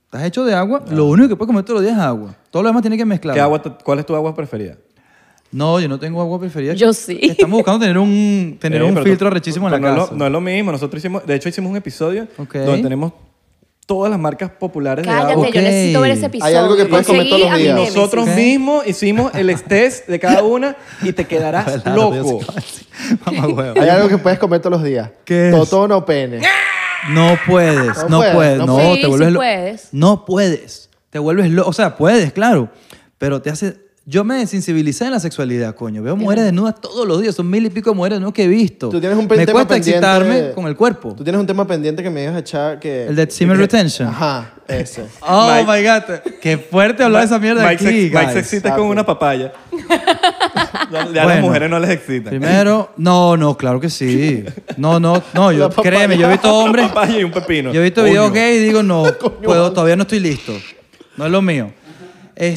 Speaker 1: Estás hecho de agua, lo único que puedes comer todos los días es agua. Todo lo demás tiene que mezclar.
Speaker 2: Ah. ¿Qué agua te- ¿Cuál es tu agua preferida?
Speaker 1: No, yo no tengo agua preferida.
Speaker 4: Yo sí.
Speaker 1: Estamos buscando tener un, tener
Speaker 2: Eh,
Speaker 1: un
Speaker 2: pero
Speaker 1: filtro
Speaker 2: tú-
Speaker 1: rechísimo en la
Speaker 2: pero no es
Speaker 1: casa.
Speaker 2: lo- no es lo mismo. Nosotros hicimos, de hecho, hicimos un episodio
Speaker 1: Ok.
Speaker 2: donde tenemos todas las marcas populares de
Speaker 4: Cállate,
Speaker 2: agua.
Speaker 1: Ok.
Speaker 4: yo necesito ver ese episodio.
Speaker 3: Hay algo que puedes comer todos
Speaker 4: Conseguí
Speaker 3: los
Speaker 4: a mi
Speaker 3: días.
Speaker 4: némesis.
Speaker 2: Nosotros
Speaker 1: Ok.
Speaker 2: mismos hicimos el test de cada una y te quedarás loco.
Speaker 1: Mamá huevo.
Speaker 3: Hay algo que puedes comer todos los días.
Speaker 1: ¿Qué es?
Speaker 3: Totón o pene.
Speaker 1: No puedes,
Speaker 3: No
Speaker 1: no
Speaker 3: puedes,
Speaker 1: puedes,
Speaker 3: no
Speaker 1: no,
Speaker 4: puedes.
Speaker 1: te
Speaker 4: Sí,
Speaker 1: vuelves
Speaker 4: sí
Speaker 1: lo-
Speaker 4: puedes.
Speaker 1: No puedes, te vuelves loco, o sea, puedes, claro, pero te hace... Yo me desensibilicé en la sexualidad, coño. Veo mujeres desnudas todos los días, son mil y pico de mujeres desnudas que he visto.
Speaker 3: Tú tienes un
Speaker 1: Me
Speaker 3: tema
Speaker 1: cuesta
Speaker 3: pendiente-
Speaker 1: excitarme con el cuerpo.
Speaker 3: Tú tienes un tema pendiente que me ibas a echar que...
Speaker 1: El de semen retention.
Speaker 3: Ajá, ese.
Speaker 1: Oh
Speaker 2: Mike-
Speaker 1: my God, qué fuerte hablar de esa mierda
Speaker 2: Mike,
Speaker 1: aquí,
Speaker 2: se, Mike
Speaker 1: guys.
Speaker 2: se excita con una papaya. ya ya las
Speaker 1: Bueno.
Speaker 2: mujeres no les excitan.
Speaker 1: Primero, no, no, claro que sí. No, no, no, yo,
Speaker 3: La papaya.
Speaker 1: créeme, yo he visto hombres,
Speaker 2: Una papaya y un pepino.
Speaker 1: yo he visto
Speaker 2: Coño.
Speaker 1: videos gay y digo, no, puedo, todavía no estoy listo. No es lo mío.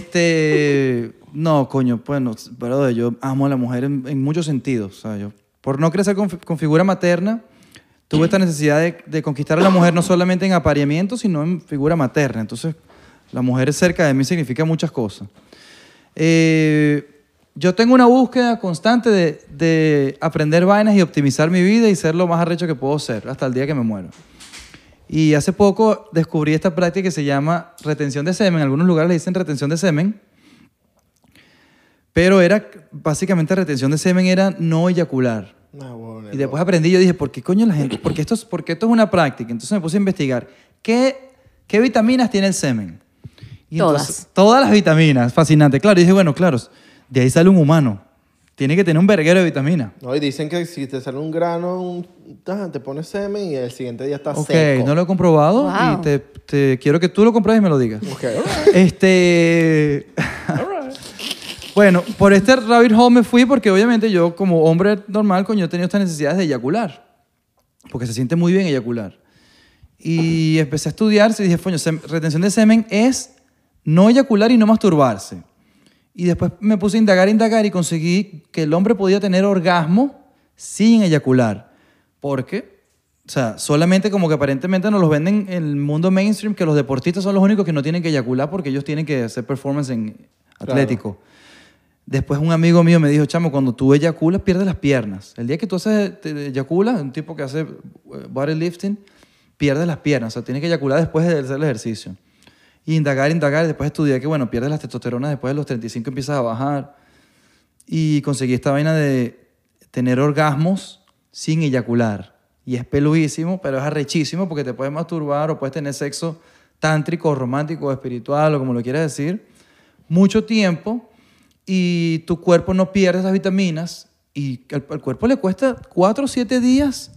Speaker 1: Este, no, coño, bueno, brother, yo amo a la mujer en, en muchos sentidos. O sea, yo, por no crecer con, fi- con figura materna, tuve esta necesidad de, de conquistar a la mujer no solamente en apareamiento, sino en figura materna. Entonces, la mujer cerca de mí significa muchas cosas. Eh, yo tengo una búsqueda constante de, de aprender vainas y optimizar mi vida y ser lo más arrecho que puedo ser hasta el día que me muero. Y hace poco descubrí esta práctica que se llama retención de semen. En algunos lugares le dicen retención de semen. Pero era, básicamente, retención de semen era no eyacular.
Speaker 3: No, bueno,
Speaker 1: Y después aprendí, yo dije, ¿por qué coño la gente? Porque esto es, porque esto es una práctica. Entonces me puse a investigar qué, qué vitaminas tiene el semen.
Speaker 4: Todas.
Speaker 1: todas las vitaminas, fascinante. Claro, y dije, bueno, claro, de ahí sale un humano. Tiene que tener un verguero de vitaminas.
Speaker 3: No, y dicen que si te sale un grano, un- ah, te pones semen y el siguiente día está
Speaker 1: Ok,
Speaker 3: seco.
Speaker 1: no lo he comprobado
Speaker 4: Wow.
Speaker 1: y te, te- quiero que tú lo compruebes y me lo digas.
Speaker 3: Ok, alright.
Speaker 1: Este. bueno, por este rabbit hole me fui porque obviamente yo, como hombre normal, coño, he tenido estas necesidades de eyacular. Porque se siente muy bien eyacular. Y empecé a estudiar y dije, coño, sem- retención de semen es no eyacular y no masturbarse. Y después me puse a indagar, indagar y conseguí que el hombre podía tener orgasmo sin eyacular. Porque, o sea, solamente como que aparentemente nos los venden en el mundo mainstream que los deportistas son los únicos que no tienen que eyacular porque ellos tienen que hacer performance en atlético. Después un amigo mío me dijo, chamo, cuando tú eyaculas pierdes las piernas. El día que tú haces, te eyaculas, un tipo que hace eh, bodylifting, pierdes las piernas. O sea, tienes que eyacular después de hacer el ejercicio. Y indagar, indagar, y después estudiar que, bueno, pierdes las testosteronas después de los 35 empiezas a bajar. Y conseguí esta vaina de tener orgasmos sin eyacular. Y es peludísimo, pero es arrechísimo porque te puedes masturbar o puedes tener sexo tántrico, romántico, espiritual o como lo quieras decir, mucho tiempo y tu cuerpo no pierde esas vitaminas Y al, al cuerpo le cuesta 4 o 7 días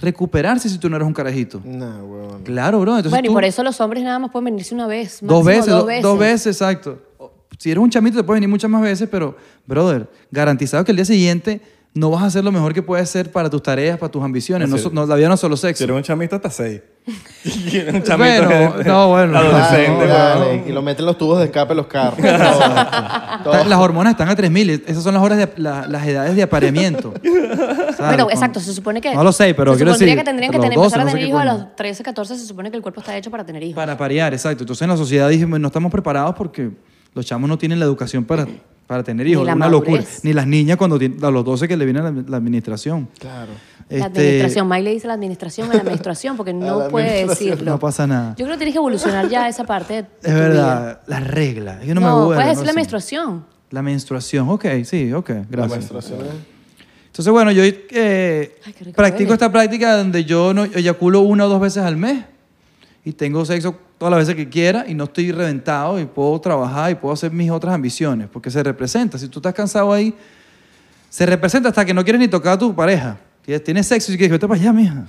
Speaker 1: recuperarse si tú no eres un carajito.
Speaker 3: No, huevón.
Speaker 1: Claro, bro. Entonces
Speaker 4: Mm. bueno, y
Speaker 1: tú-
Speaker 4: por eso los hombres nada más pueden venirse una vez.
Speaker 1: Dos
Speaker 4: máximo
Speaker 1: veces, do-
Speaker 4: dos
Speaker 1: dos veces,
Speaker 4: veces.
Speaker 1: exacto. O- Si eres un chamito, te puedes venir muchas más veces, pero, brother, garantizado que el día siguiente no vas a hacer lo mejor que puedes hacer para tus tareas, para tus ambiciones.
Speaker 2: No,
Speaker 1: No,
Speaker 2: sí.
Speaker 1: so- no, la vida no es solo sexo.
Speaker 2: Quiero un chamito hasta seis. Quiero un
Speaker 1: Bueno,
Speaker 2: de- de-
Speaker 1: no, bueno.
Speaker 2: Adolescente,
Speaker 3: Ah, no,
Speaker 2: weón.
Speaker 3: dale, Y lo meten los tubos de escape en los carros. Todo.
Speaker 1: Está- las hormonas están a 3000. Esas son las, horas de- la- las edades de apareamiento. ¿Sabes?
Speaker 4: Bueno,
Speaker 1: Cuando-
Speaker 4: exacto, se supone que.
Speaker 1: No lo sé, pero
Speaker 4: se
Speaker 1: quiero
Speaker 4: supondría
Speaker 1: decir,
Speaker 4: que tendrían que
Speaker 1: los
Speaker 4: tener,
Speaker 1: 12,
Speaker 4: empezar a
Speaker 1: no sé
Speaker 4: tener
Speaker 1: qué
Speaker 4: hijos a
Speaker 1: coño.
Speaker 4: los 13, 14. Se supone que el cuerpo está hecho para tener hijos.
Speaker 1: Para parear, exacto. Entonces en la sociedad dijimos, no estamos preparados porque los chamos no tienen la educación para, para tener
Speaker 4: Ni
Speaker 1: hijos.
Speaker 4: la
Speaker 1: Una locura.
Speaker 4: madurez.
Speaker 1: Ni las niñas cuando tienen- a los 12 que le viene la, la administración.
Speaker 3: Claro.
Speaker 4: La
Speaker 1: Este,
Speaker 4: administración. Mike le dice la administración a la menstruación porque no puede decirlo.
Speaker 1: No pasa nada.
Speaker 4: Yo creo que tienes que evolucionar ya esa parte. de tu
Speaker 1: Es
Speaker 4: vida.
Speaker 1: verdad, las reglas. Yo no, me acuerdo,
Speaker 4: puedes decir la
Speaker 1: sé.
Speaker 4: menstruación.
Speaker 1: La menstruación, ok, sí, ok,
Speaker 3: La
Speaker 1: gracias.
Speaker 3: menstruación es-
Speaker 1: Entonces, bueno, yo eh,
Speaker 4: Ay, qué rico
Speaker 1: practico
Speaker 4: huele.
Speaker 1: esta práctica donde yo no eyaculo una o dos veces al mes y tengo sexo todas las veces que quiera y no estoy reventado y puedo trabajar y puedo hacer mis otras ambiciones porque se representa. Si tú estás cansado ahí, se representa hasta que no quieres ni tocar a tu pareja. Tienes- Tienes sexo y quieres, vete para allá, mija.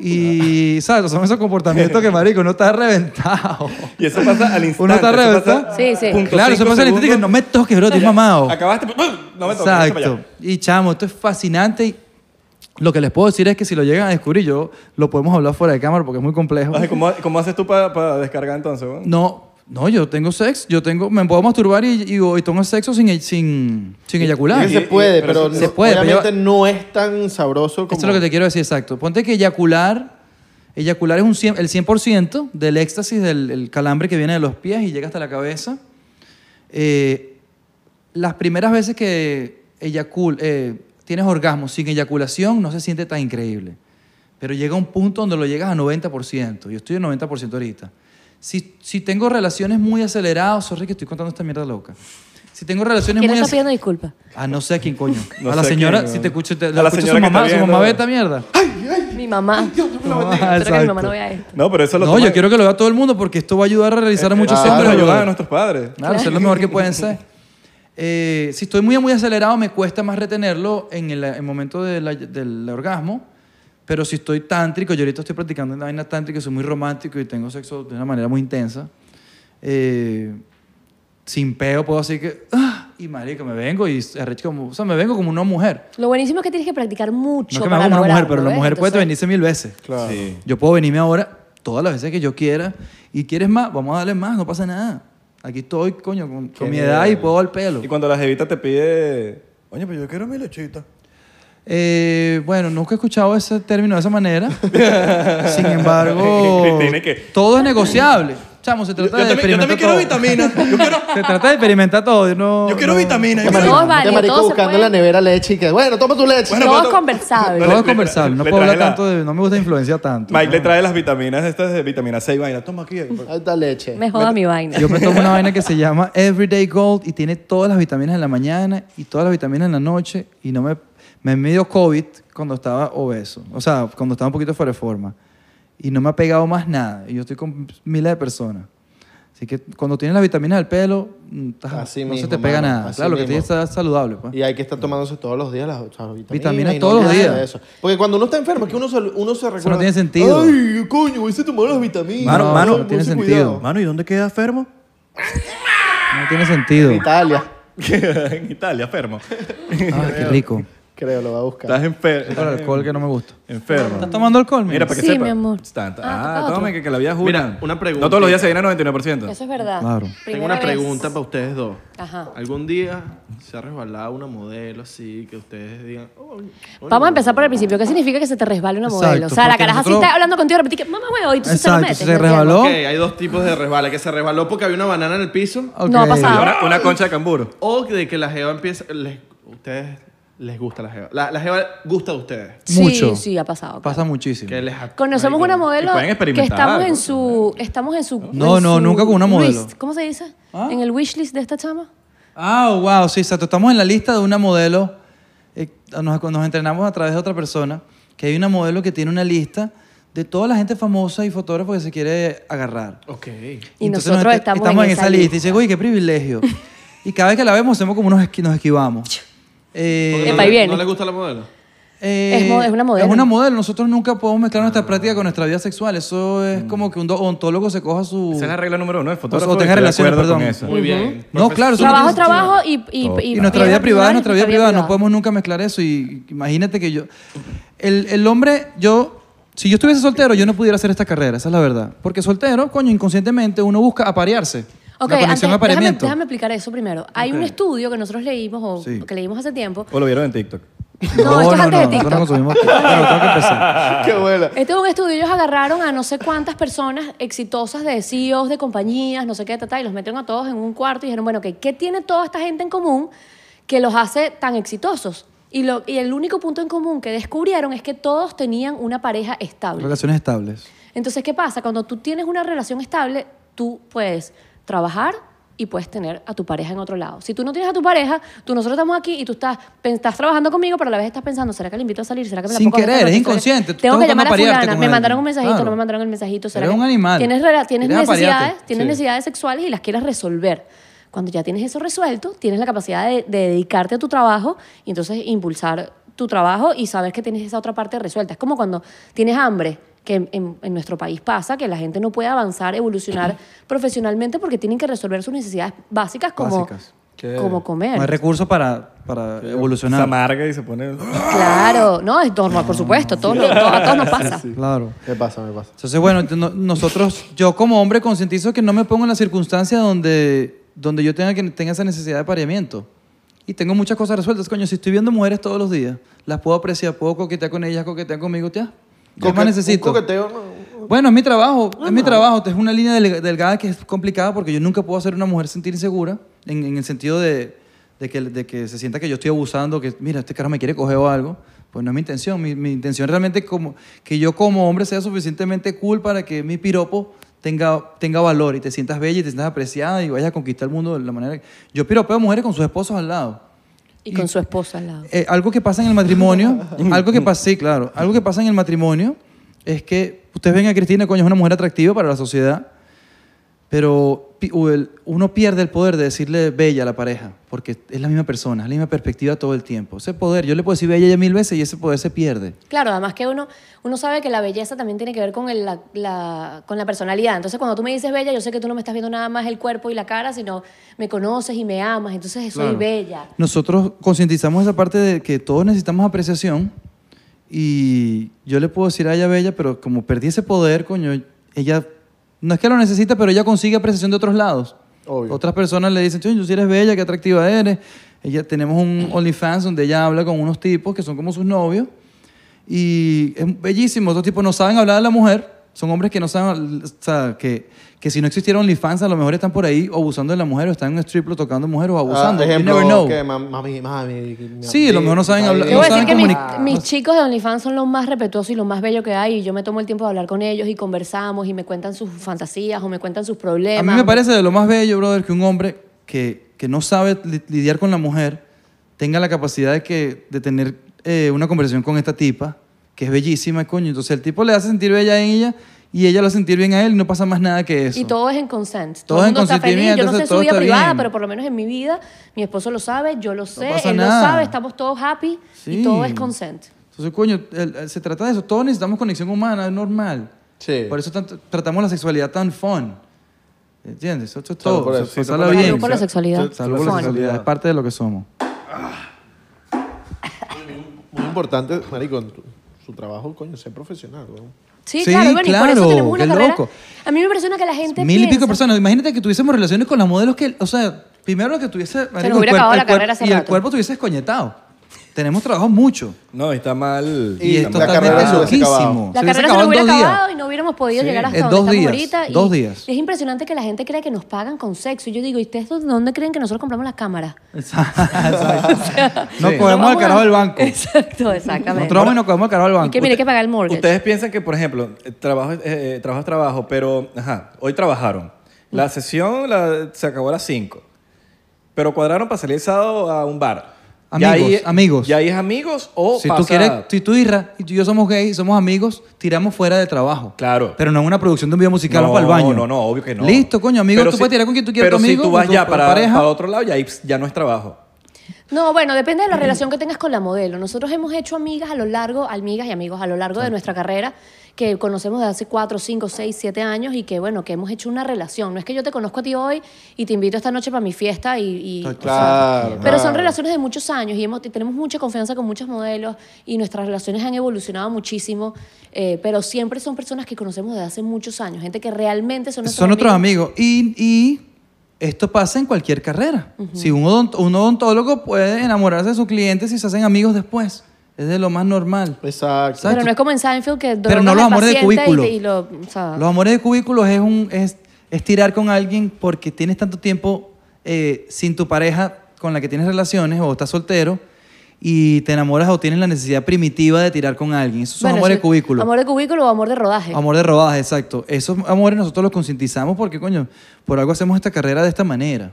Speaker 1: Y, ¿sabes? Son esos comportamientos que, marico, uno está reventado.
Speaker 2: Y eso pasa al instante.
Speaker 1: Uno está
Speaker 2: eso pasa
Speaker 1: reventado.
Speaker 4: Sí, sí.
Speaker 2: punto
Speaker 1: Claro, eso
Speaker 2: cinco
Speaker 1: pasa en el instante que
Speaker 2: segundos.
Speaker 1: no me toques, bro, te
Speaker 2: Ya,
Speaker 1: mamado.
Speaker 2: Acabaste, ¡pum! no me toques.
Speaker 1: Exacto. Y chamo, esto es fascinante y lo que les puedo decir es que si lo llegan a descubrir, yo lo podemos hablar fuera de cámara porque es muy complejo.
Speaker 2: Ay, ¿cómo, ¿Cómo haces tú para descargar entonces? weón?
Speaker 1: No, no, yo tengo sexo, yo tengo, me puedo masturbar y, y, y tengo sexo sin, sin, sin eyacular.
Speaker 3: Es que
Speaker 2: Y-
Speaker 3: se
Speaker 2: y-
Speaker 3: puede,
Speaker 2: pero
Speaker 3: pero,
Speaker 2: se-
Speaker 1: se
Speaker 3: no-
Speaker 1: puede, pero
Speaker 3: obviamente
Speaker 1: yo-
Speaker 3: no es tan sabroso como...
Speaker 1: Esto es lo que te quiero decir, exacto. Ponte que eyacular, eyacular es un cien- el 100% del éxtasis, del el calambre que viene de los pies y llega hasta la cabeza. Eh, las primeras veces que eyacul, eh, tienes orgasmo sin eyaculación no se siente tan increíble. Pero llega un punto donde lo llegas a 90%. Yo estoy en 90% ahorita. Si, si tengo relaciones muy aceleradas, sorry que estoy contando esta mierda loca. Si tengo relaciones
Speaker 4: ¿Quién le
Speaker 1: muy
Speaker 4: está
Speaker 1: aceleradas...
Speaker 4: pidiendo disculpas?
Speaker 1: Ah, no sé a quién coño.
Speaker 2: No
Speaker 1: a la
Speaker 2: sé a
Speaker 1: señora,
Speaker 2: quién,
Speaker 1: si
Speaker 2: weón.
Speaker 1: te escucha, te,
Speaker 2: A
Speaker 1: la
Speaker 2: la
Speaker 1: escucha su
Speaker 2: señora que
Speaker 1: mamá,
Speaker 2: está
Speaker 1: su mamá
Speaker 2: viendo. Ah,
Speaker 1: ve esta mierda.
Speaker 4: Mi
Speaker 1: Ah,
Speaker 4: mamá. Espero que mi mamá
Speaker 1: exacto.
Speaker 4: no vea esto.
Speaker 2: No, pero eso lo
Speaker 1: No,
Speaker 2: toma-
Speaker 1: yo quiero que lo vea todo el mundo porque esto va a ayudar a realizar a muchos
Speaker 2: Claro,
Speaker 1: hombres.
Speaker 2: ayudar
Speaker 1: brother.
Speaker 2: a nuestros padres.
Speaker 1: Claro, eso es lo mejor que pueden ser. Eh, si estoy muy, muy acelerado, me cuesta más retenerlo en el, el momento de la- del orgasmo. Pero si estoy tántrico, yo ahorita estoy practicando una vaina tántrica, soy muy romántico y tengo sexo de una manera muy intensa. eh, sin peo puedo así que... ¡ah! y marico, me vengo y arrecho como... O sea, me vengo como una mujer.
Speaker 4: Lo buenísimo es que tienes que practicar mucho.
Speaker 1: No que me
Speaker 4: para
Speaker 1: hago como una mujer,
Speaker 4: lograrlo,
Speaker 1: pero la
Speaker 4: ¿ves?
Speaker 1: mujer puede
Speaker 4: Entonces,
Speaker 1: venirse mil veces.
Speaker 3: Claro.
Speaker 2: Sí.
Speaker 1: Yo puedo venirme ahora todas las veces que yo quiera. Y quieres más, vamos a darle más, no pasa nada. Aquí estoy, coño, con, con mi edad y puedo al pelo.
Speaker 2: Y cuando la jevita te pide, oye, pero yo quiero mi lechita.
Speaker 1: Eh, bueno, nunca he escuchado ese término de esa manera. Sin embargo,
Speaker 2: Tiene que-
Speaker 1: todo es negociable. Chamo, se trata
Speaker 2: yo
Speaker 1: de
Speaker 2: también- yo también quiero
Speaker 1: experimentar todo.
Speaker 2: vitamina. Yo quiero-
Speaker 1: se trata de experimentar todo. Yo, no,
Speaker 2: Yo quiero
Speaker 1: no-
Speaker 2: vitamina.
Speaker 3: Qué
Speaker 2: yo quiero
Speaker 4: marico.
Speaker 2: vitamina.
Speaker 4: No, vale,
Speaker 3: qué Este marico
Speaker 4: todo se
Speaker 3: buscando
Speaker 4: puede.
Speaker 3: en la nevera leche y que, bueno, toma tu leche.
Speaker 2: Bueno,
Speaker 4: todo
Speaker 2: pero-
Speaker 4: es conversable.
Speaker 1: Todo
Speaker 2: Le-
Speaker 1: es
Speaker 2: le-
Speaker 1: conversable. No
Speaker 2: le
Speaker 1: puedo
Speaker 2: traje
Speaker 1: hablar
Speaker 2: la-
Speaker 1: tanto de... No me gusta influenciar tanto.
Speaker 2: Mike le trae las vitaminas estas de vitamina C y vaina. Toma aquí.
Speaker 3: Ahí está leche.
Speaker 4: Me joda mi vaina.
Speaker 1: Yo me tomo una vaina que se llama Everyday Gold y tiene todas las vitaminas en la mañana y todas las vitaminas en la noche y no me... Me me dio COVID cuando estaba obeso. O sea, cuando estaba un poquito fuera de forma. Y no me ha pegado más nada. Y yo estoy con miles de personas. Así que cuando tienes las vitaminas al pelo, mm, estás-
Speaker 3: Así
Speaker 1: no
Speaker 3: mismo,
Speaker 1: se te pega
Speaker 3: mano,
Speaker 1: nada.
Speaker 3: así
Speaker 1: claro, lo que tienes
Speaker 3: mismo.
Speaker 1: está saludable. Pues.
Speaker 3: Y hay que estar tomándose todos los días las o sea, vitaminas.
Speaker 1: Vitaminas
Speaker 3: y no
Speaker 1: todos los
Speaker 3: nada de
Speaker 1: días.
Speaker 3: eso. Porque cuando uno está enfermo, es que uno se, uno se recuerda.
Speaker 1: tiene sentido.
Speaker 3: Ay, coño, hubiese tomado las vitaminas.
Speaker 1: Mano,
Speaker 3: Ay,
Speaker 1: mano,
Speaker 3: me
Speaker 1: tiene
Speaker 3: hubiese
Speaker 1: sentido.
Speaker 3: cuidado.
Speaker 2: Mano, ¿y dónde queda Fermo?
Speaker 1: No tiene sentido.
Speaker 3: En Italia,
Speaker 2: en Italia, Fermo.
Speaker 1: Ah, qué rico.
Speaker 3: creo, lo va a buscar.
Speaker 2: Estás enfer-
Speaker 1: Por el alcohol que no me gusta.
Speaker 2: enfermo.
Speaker 1: ¿Estás tomando alcohol?
Speaker 2: Mira, para que
Speaker 4: Sí,
Speaker 2: sepa.
Speaker 4: mi amor.
Speaker 2: Tanta-
Speaker 4: Ah,
Speaker 2: Ah,
Speaker 4: toca otro.
Speaker 2: tome, que, que la vida es
Speaker 3: Mira,
Speaker 2: una.
Speaker 3: una pregunta.
Speaker 2: No todos los días se viene a 99%.
Speaker 4: Eso es verdad.
Speaker 1: Claro.
Speaker 4: Primera vez.
Speaker 3: ustedes dos.
Speaker 4: Ajá.
Speaker 3: ¿Algún día se ha resbalado una modelo así que ustedes digan...
Speaker 6: "Oh,
Speaker 4: Vamos a empezar por el principio. ¿Qué significa que se te resbale una
Speaker 1: Exacto,
Speaker 4: modelo? o sea, la
Speaker 1: porque
Speaker 4: caraja
Speaker 1: nosotros-
Speaker 4: sí está hablando contigo y de repente que, mamá, huevo, y tú sí te lo
Speaker 1: Exacto,
Speaker 4: metes.
Speaker 1: se
Speaker 4: ¿me
Speaker 1: resbaló.
Speaker 4: entiendes?
Speaker 6: Ok, hay dos tipos de resbales. Que se resbaló porque había una banana en el piso.
Speaker 1: Ok.
Speaker 4: No ha pasado.
Speaker 2: Una, una concha de camburo.
Speaker 6: O de que la jeva empieza... les- ustedes les gusta la jeva. La, la jeva gusta a ustedes.
Speaker 1: Mucho.
Speaker 4: Sí, sí, ha pasado.
Speaker 1: Pasa muchísimo.
Speaker 6: Que les ac-
Speaker 4: Conocemos una modelo
Speaker 2: Y pueden
Speaker 4: que
Speaker 2: experimentar,
Speaker 4: estamos en
Speaker 2: ¿no?
Speaker 4: su... Estamos en su
Speaker 1: No,
Speaker 4: en
Speaker 1: no,
Speaker 4: su
Speaker 1: nunca con una modelo.
Speaker 4: list. ¿Cómo se dice? En el wishlist de esta chama.
Speaker 1: Ah, wow, sí, exacto. Estamos en la lista de una modelo. eh, nos, nos entrenamos a través de otra persona. Que hay una modelo que tiene una lista de toda la gente famosa y fotógrafo que se quiere agarrar.
Speaker 6: Ok.
Speaker 4: Y
Speaker 1: Entonces
Speaker 4: nosotros
Speaker 1: nos-
Speaker 4: estamos,
Speaker 1: en esa lista. Y dice, uy, qué privilegio. y cada vez que la vemos, hacemos como unos esqui- nos esquivamos. Eh,
Speaker 6: Porque
Speaker 4: Epa,
Speaker 6: no,
Speaker 4: ahí
Speaker 6: le-
Speaker 4: viene.
Speaker 6: ¿No le gusta la modelo?
Speaker 1: eh,
Speaker 4: Es mo- es una modelo.
Speaker 1: Es una modelo. Nosotros nunca podemos mezclar
Speaker 2: Ah.
Speaker 1: nuestra práctica con nuestra vida sexual. Eso es como que un do- ontólogo se coja su...
Speaker 2: Mm. Esa es la regla número uno. El fotógrafo
Speaker 1: O tener
Speaker 2: está de
Speaker 1: relaciones,
Speaker 2: acuerdo con
Speaker 1: perdón.
Speaker 2: eso.
Speaker 6: Muy bien.
Speaker 1: No, claro. eso no
Speaker 4: Trabajo,
Speaker 1: tiene sentido.
Speaker 4: trabajo y... Y,
Speaker 1: Y, nuestra vida privada es nuestra vida privada. No
Speaker 4: podemos
Speaker 1: podemos nunca mezclar eso. Y imagínate que yo... El, el hombre, yo... Si yo estuviese soltero, yo no pudiera hacer esta carrera. Esa es la verdad. Porque soltero, coño, inconscientemente uno busca aparearse.
Speaker 4: Ok,
Speaker 1: la conexión
Speaker 4: antes, déjame,
Speaker 1: apareamiento.
Speaker 4: déjame explicar eso primero. Hay un estudio que nosotros leímos o
Speaker 1: Sí.
Speaker 4: que leímos hace tiempo.
Speaker 2: O lo vieron en TikTok.
Speaker 4: No, esto es antes de
Speaker 1: nosotros no
Speaker 4: TikTok.
Speaker 1: consumimos TikTok. Bueno, tengo que empezar.
Speaker 2: Ah.
Speaker 3: Qué buena.
Speaker 4: Este es un estudio, ellos agarraron a no sé cuántas personas exitosas de CEOs, de compañías, no sé qué, ta, ta, y los metieron a todos en un cuarto y dijeron, bueno, ok, ¿qué tiene toda esta gente en común que los hace tan exitosos? Y, lo, y el único punto en común que descubrieron es que todos tenían una pareja estable.
Speaker 1: Relaciones estables.
Speaker 4: Entonces, ¿qué pasa? Cuando tú tienes una relación estable, tú puedes trabajar y puedes tener a tu pareja en otro lado. Si tú no tienes a tu pareja, tú nosotros estamos aquí y tú estás, pen- estás trabajando conmigo, pero a la vez estás pensando, ¿será que le invito a salir? ¿Será que me la
Speaker 1: Sin
Speaker 4: pongo a ver
Speaker 1: querer,
Speaker 4: esta
Speaker 1: es
Speaker 4: noche?
Speaker 1: inconsciente. Tú
Speaker 4: Tengo
Speaker 1: estás
Speaker 4: que llamar a
Speaker 1: buscando
Speaker 4: fulana.
Speaker 1: aparearte con
Speaker 4: Me
Speaker 1: alguien.
Speaker 4: mandaron un mensajito,
Speaker 1: Claro.
Speaker 4: no me mandaron el mensajito. ¿será
Speaker 1: Eres
Speaker 4: que-
Speaker 1: un animal.
Speaker 4: Tienes, rela- tienes
Speaker 1: Quieres aparearte.
Speaker 4: necesidades, tienes
Speaker 1: Sí.
Speaker 4: necesidades sexuales y las quieres resolver. Cuando ya tienes eso resuelto, tienes la capacidad de, de dedicarte a tu trabajo y entonces impulsar tu trabajo y saber que tienes esa otra parte resuelta. Es como cuando tienes hambre, que en, en- en nuestro país pasa, que la gente no puede avanzar, evolucionar profesionalmente porque tienen que resolver sus necesidades básicas como,
Speaker 1: Básicas.
Speaker 4: como comer.
Speaker 1: No hay recursos para, para
Speaker 2: Se
Speaker 1: evolucionar.
Speaker 2: amarga y se pone...
Speaker 4: Claro, no, es normal, por supuesto, todos, lo- to- a todos nos pasa.
Speaker 1: Claro.
Speaker 3: Me pasa, me pasa.
Speaker 1: Entonces, bueno, ent- no- nosotros, yo como hombre concientizo que no me pongo en la circunstancia donde, donde yo tenga, que, tenga esa necesidad de apareamiento. Y tengo muchas cosas resueltas. Coño, si estoy viendo mujeres todos los días, las puedo apreciar, puedo coquetear con ellas, coquetear conmigo, tía. ¿Qué
Speaker 3: Coque-
Speaker 1: más
Speaker 3: un
Speaker 1: necesito?
Speaker 3: coqueteo, no.
Speaker 1: Bueno, es mi trabajo, es mi trabajo. Es una línea delga- delgada que es complicada porque yo nunca puedo hacer a una mujer sentir insegura en, en el sentido de, de que, de que se sienta que yo estoy abusando, que mira, este carajo me quiere coger o algo. Pues no es mi intención. Mi, mi intención realmente es como, que yo como hombre sea suficientemente cool para que mi piropo tenga, tenga valor y te sientas bella y te sientas apreciada y vayas a conquistar el mundo de la manera que... Yo piropeo a mujeres con sus esposos al lado.
Speaker 4: Y con su esposa al lado.
Speaker 1: Eh, algo que pasa en el matrimonio, algo que pasa, sí, claro, algo que pasa en el matrimonio es que ustedes ven a Cristina, coño, es una mujer atractiva para la sociedad, pero pi- o el- uno pierde el poder de decirle bella a la pareja, porque es la misma persona, es la misma perspectiva todo el tiempo. Ese poder, yo le puedo decir bella ya mil veces y ese poder se pierde.
Speaker 4: Claro, además que uno, uno sabe que la belleza también tiene que ver con, el- la, la- con la personalidad. Entonces, cuando tú me dices bella, yo sé que tú no me estás viendo nada más el cuerpo y la cara, sino me conoces y me amas. Entonces, soy
Speaker 1: Claro.
Speaker 4: bella.
Speaker 1: Nosotros concientizamos esa parte de que todos necesitamos apreciación y yo le puedo decir a ella bella, pero como perdí ese poder, coño, ella no es que lo necesita, pero ella consigue apreciación de otros lados.
Speaker 3: Obvio.
Speaker 1: Otras personas le dicen, "Coño, si eres bella, qué atractiva eres. Ella, tenemos un OnlyFans donde ella habla con unos tipos que son como sus novios y es bellísimo. Esos tipos no saben hablar de la mujer. Son hombres que no saben, o sea, que, que si no existiera OnlyFans, a lo mejor están por ahí o abusando de la mujer o están en un strip club tocando mujeres o abusando.
Speaker 3: Ah,
Speaker 1: You
Speaker 3: ejemplo,
Speaker 1: never know.
Speaker 3: que ma- mami, mami. mi-
Speaker 1: Sí, a lo mejor no saben hablar-
Speaker 4: Yo
Speaker 1: no
Speaker 4: voy a
Speaker 1: saben
Speaker 4: decir que mis,
Speaker 1: comunicar.
Speaker 4: mis chicos de OnlyFans son los más respetuosos y los más bellos que hay. Y yo me tomo el tiempo de hablar con ellos y conversamos y me cuentan sus fantasías o me cuentan sus problemas.
Speaker 1: A mí me parece de lo más bello, brother, que un hombre que, que no sabe li- lidiar con la mujer tenga la capacidad de, que, de tener eh, una conversación con esta tipa, que es bellísima, coño. Entonces el tipo le hace sentir bella a ella y ella lo hace sentir bien a él y no pasa más nada que eso.
Speaker 4: Y todo es en consent.
Speaker 1: Todo
Speaker 4: Todo, el
Speaker 1: en
Speaker 4: mundo está feliz.
Speaker 1: consentimiento,
Speaker 4: Yo no sé
Speaker 1: entonces
Speaker 4: su
Speaker 1: todo
Speaker 4: vida
Speaker 1: está
Speaker 4: privada,
Speaker 1: bien.
Speaker 4: pero por lo menos en mi vida, mi esposo lo sabe, yo lo sé,
Speaker 1: pasa
Speaker 4: él
Speaker 1: nada.
Speaker 4: lo sabe, estamos todos happy
Speaker 1: Sí.
Speaker 4: y todo es consent.
Speaker 1: Entonces, coño, el- el- se trata de eso. Todos necesitamos conexión humana, es normal.
Speaker 3: Sí.
Speaker 1: Por eso tanto- tratamos la sexualidad tan fun. ¿Entiendes? Eso es
Speaker 3: Salud
Speaker 1: todo.
Speaker 3: por
Speaker 1: Por
Speaker 3: eso.
Speaker 1: eso,
Speaker 3: Sí,
Speaker 1: pasarla
Speaker 4: por la-
Speaker 1: bien.
Speaker 4: Salud por la sexualidad.
Speaker 1: Salud, por la
Speaker 4: Fun.
Speaker 1: sexualidad. Es parte de lo que somos.
Speaker 3: Muy importante, marico, tu- su trabajo, coño, ser profesional, weón.
Speaker 4: Sí,
Speaker 1: Sí,
Speaker 4: claro, bueno, y por
Speaker 1: claro,
Speaker 4: eso tenemos una
Speaker 1: qué
Speaker 4: carrera.
Speaker 1: loco.
Speaker 4: A mí me impresiona que la gente
Speaker 1: Mil y pico de
Speaker 4: piensa-
Speaker 1: personas. Imagínate que tuviésemos relaciones con las modelos que, o sea, primero que tuviese marico,
Speaker 4: hubiera
Speaker 1: el cuerpo-
Speaker 4: acabado
Speaker 1: el
Speaker 4: la
Speaker 1: cuerpo-
Speaker 4: carrera hace
Speaker 1: y el
Speaker 4: rato.
Speaker 1: cuerpo tuviese escoñetado. Tenemos trabajado mucho.
Speaker 2: No, está mal.
Speaker 1: Y, es
Speaker 3: la
Speaker 1: totalmente
Speaker 3: carrera se hubiese
Speaker 1: loquísimo.
Speaker 3: acabado.
Speaker 4: La
Speaker 1: Se
Speaker 4: carrera se nos hubiera
Speaker 1: en dos días.
Speaker 4: acabado y no hubiéramos podido
Speaker 1: Sí.
Speaker 4: llegar hasta
Speaker 1: En
Speaker 4: donde
Speaker 1: dos
Speaker 4: estamos
Speaker 1: días,
Speaker 4: ahorita. y
Speaker 1: dos días.
Speaker 4: Es impresionante que la gente cree que nos pagan con sexo. Y yo digo, ¿y ustedes dó- dónde creen que nosotros compramos las cámaras?
Speaker 1: Exacto. Nos
Speaker 2: Sí.
Speaker 1: cogemos al carajo del banco.
Speaker 4: Exacto, exactamente.
Speaker 1: Nos trabamos y nos cogemos al carajo del
Speaker 4: y
Speaker 1: banco.
Speaker 4: que mire, hay que pagar el mortgage.
Speaker 2: Ustedes piensan que, por ejemplo, eh, trabajo, es- eh, eh, trabajo es trabajo, pero, ajá, hoy trabajaron. La sesión la- se acabó a las 5. Pero cuadraron para salir el sábado a un bar. Ya
Speaker 1: Amigos,
Speaker 2: ahí-
Speaker 1: amigos.
Speaker 2: Ya ahí es amigos o
Speaker 1: Si
Speaker 2: pasa-
Speaker 1: tú quieres, si tú y, Ra- y tú y yo somos gays, somos amigos, tiramos fuera de trabajo.
Speaker 2: Claro.
Speaker 1: Pero no en una producción de un video musical
Speaker 2: No,
Speaker 1: o para el baño.
Speaker 2: No, no, obvio que no.
Speaker 1: Listo, coño, amigo,
Speaker 2: Pero
Speaker 1: tú
Speaker 2: si-
Speaker 1: puedes tirar con quien tú quieras,
Speaker 2: Pero
Speaker 1: tu amigo,
Speaker 2: si tú
Speaker 1: con
Speaker 2: vas
Speaker 1: tu
Speaker 2: ya para,
Speaker 1: pareja.
Speaker 2: para otro lado, ya, ahí ya no es trabajo.
Speaker 4: No, bueno, depende de la relación que tengas con la modelo. Nosotros hemos hecho amigas a lo largo, amigas y amigos a lo largo de nuestra carrera, que conocemos de hace 4, 5, 6, 7 años y que, bueno, que hemos hecho una relación. No es que yo te conozco a ti hoy y te invito esta noche para mi fiesta y... y-
Speaker 1: Está
Speaker 4: o sea,
Speaker 3: claro,
Speaker 4: Pero son
Speaker 3: claro.
Speaker 4: relaciones de muchos años y hemos, tenemos mucha confianza con muchos modelos y nuestras relaciones han evolucionado muchísimo, eh, pero siempre son personas que conocemos de hace muchos años, gente que realmente son nuestros
Speaker 1: Son otros amigos. Y, y esto pasa en cualquier carrera. Si un, odont- un odontólogo puede enamorarse de su cliente si se hacen amigos después. Es de lo más normal.
Speaker 3: Exacto.
Speaker 1: ¿Sabes?
Speaker 4: Pero
Speaker 1: Tú-
Speaker 4: no es como en Seinfeld que
Speaker 1: Pero no los
Speaker 4: drogas al
Speaker 1: amores de
Speaker 4: paciente y-
Speaker 1: cubículo.
Speaker 4: y lo- o sea,
Speaker 1: Los amores de cubículos es un es, es tirar con alguien porque tienes tanto tiempo eh, sin tu pareja con la que tienes relaciones o estás soltero y te enamoras o tienes la necesidad primitiva de tirar con alguien. Esos son
Speaker 4: bueno,
Speaker 1: amores
Speaker 4: eso-
Speaker 1: de cubículo.
Speaker 4: Amor de cubículo o amor de rodaje.
Speaker 1: Amor de rodaje, exacto. Esos amores nosotros los concientizamos porque, coño, por algo hacemos esta carrera de esta manera.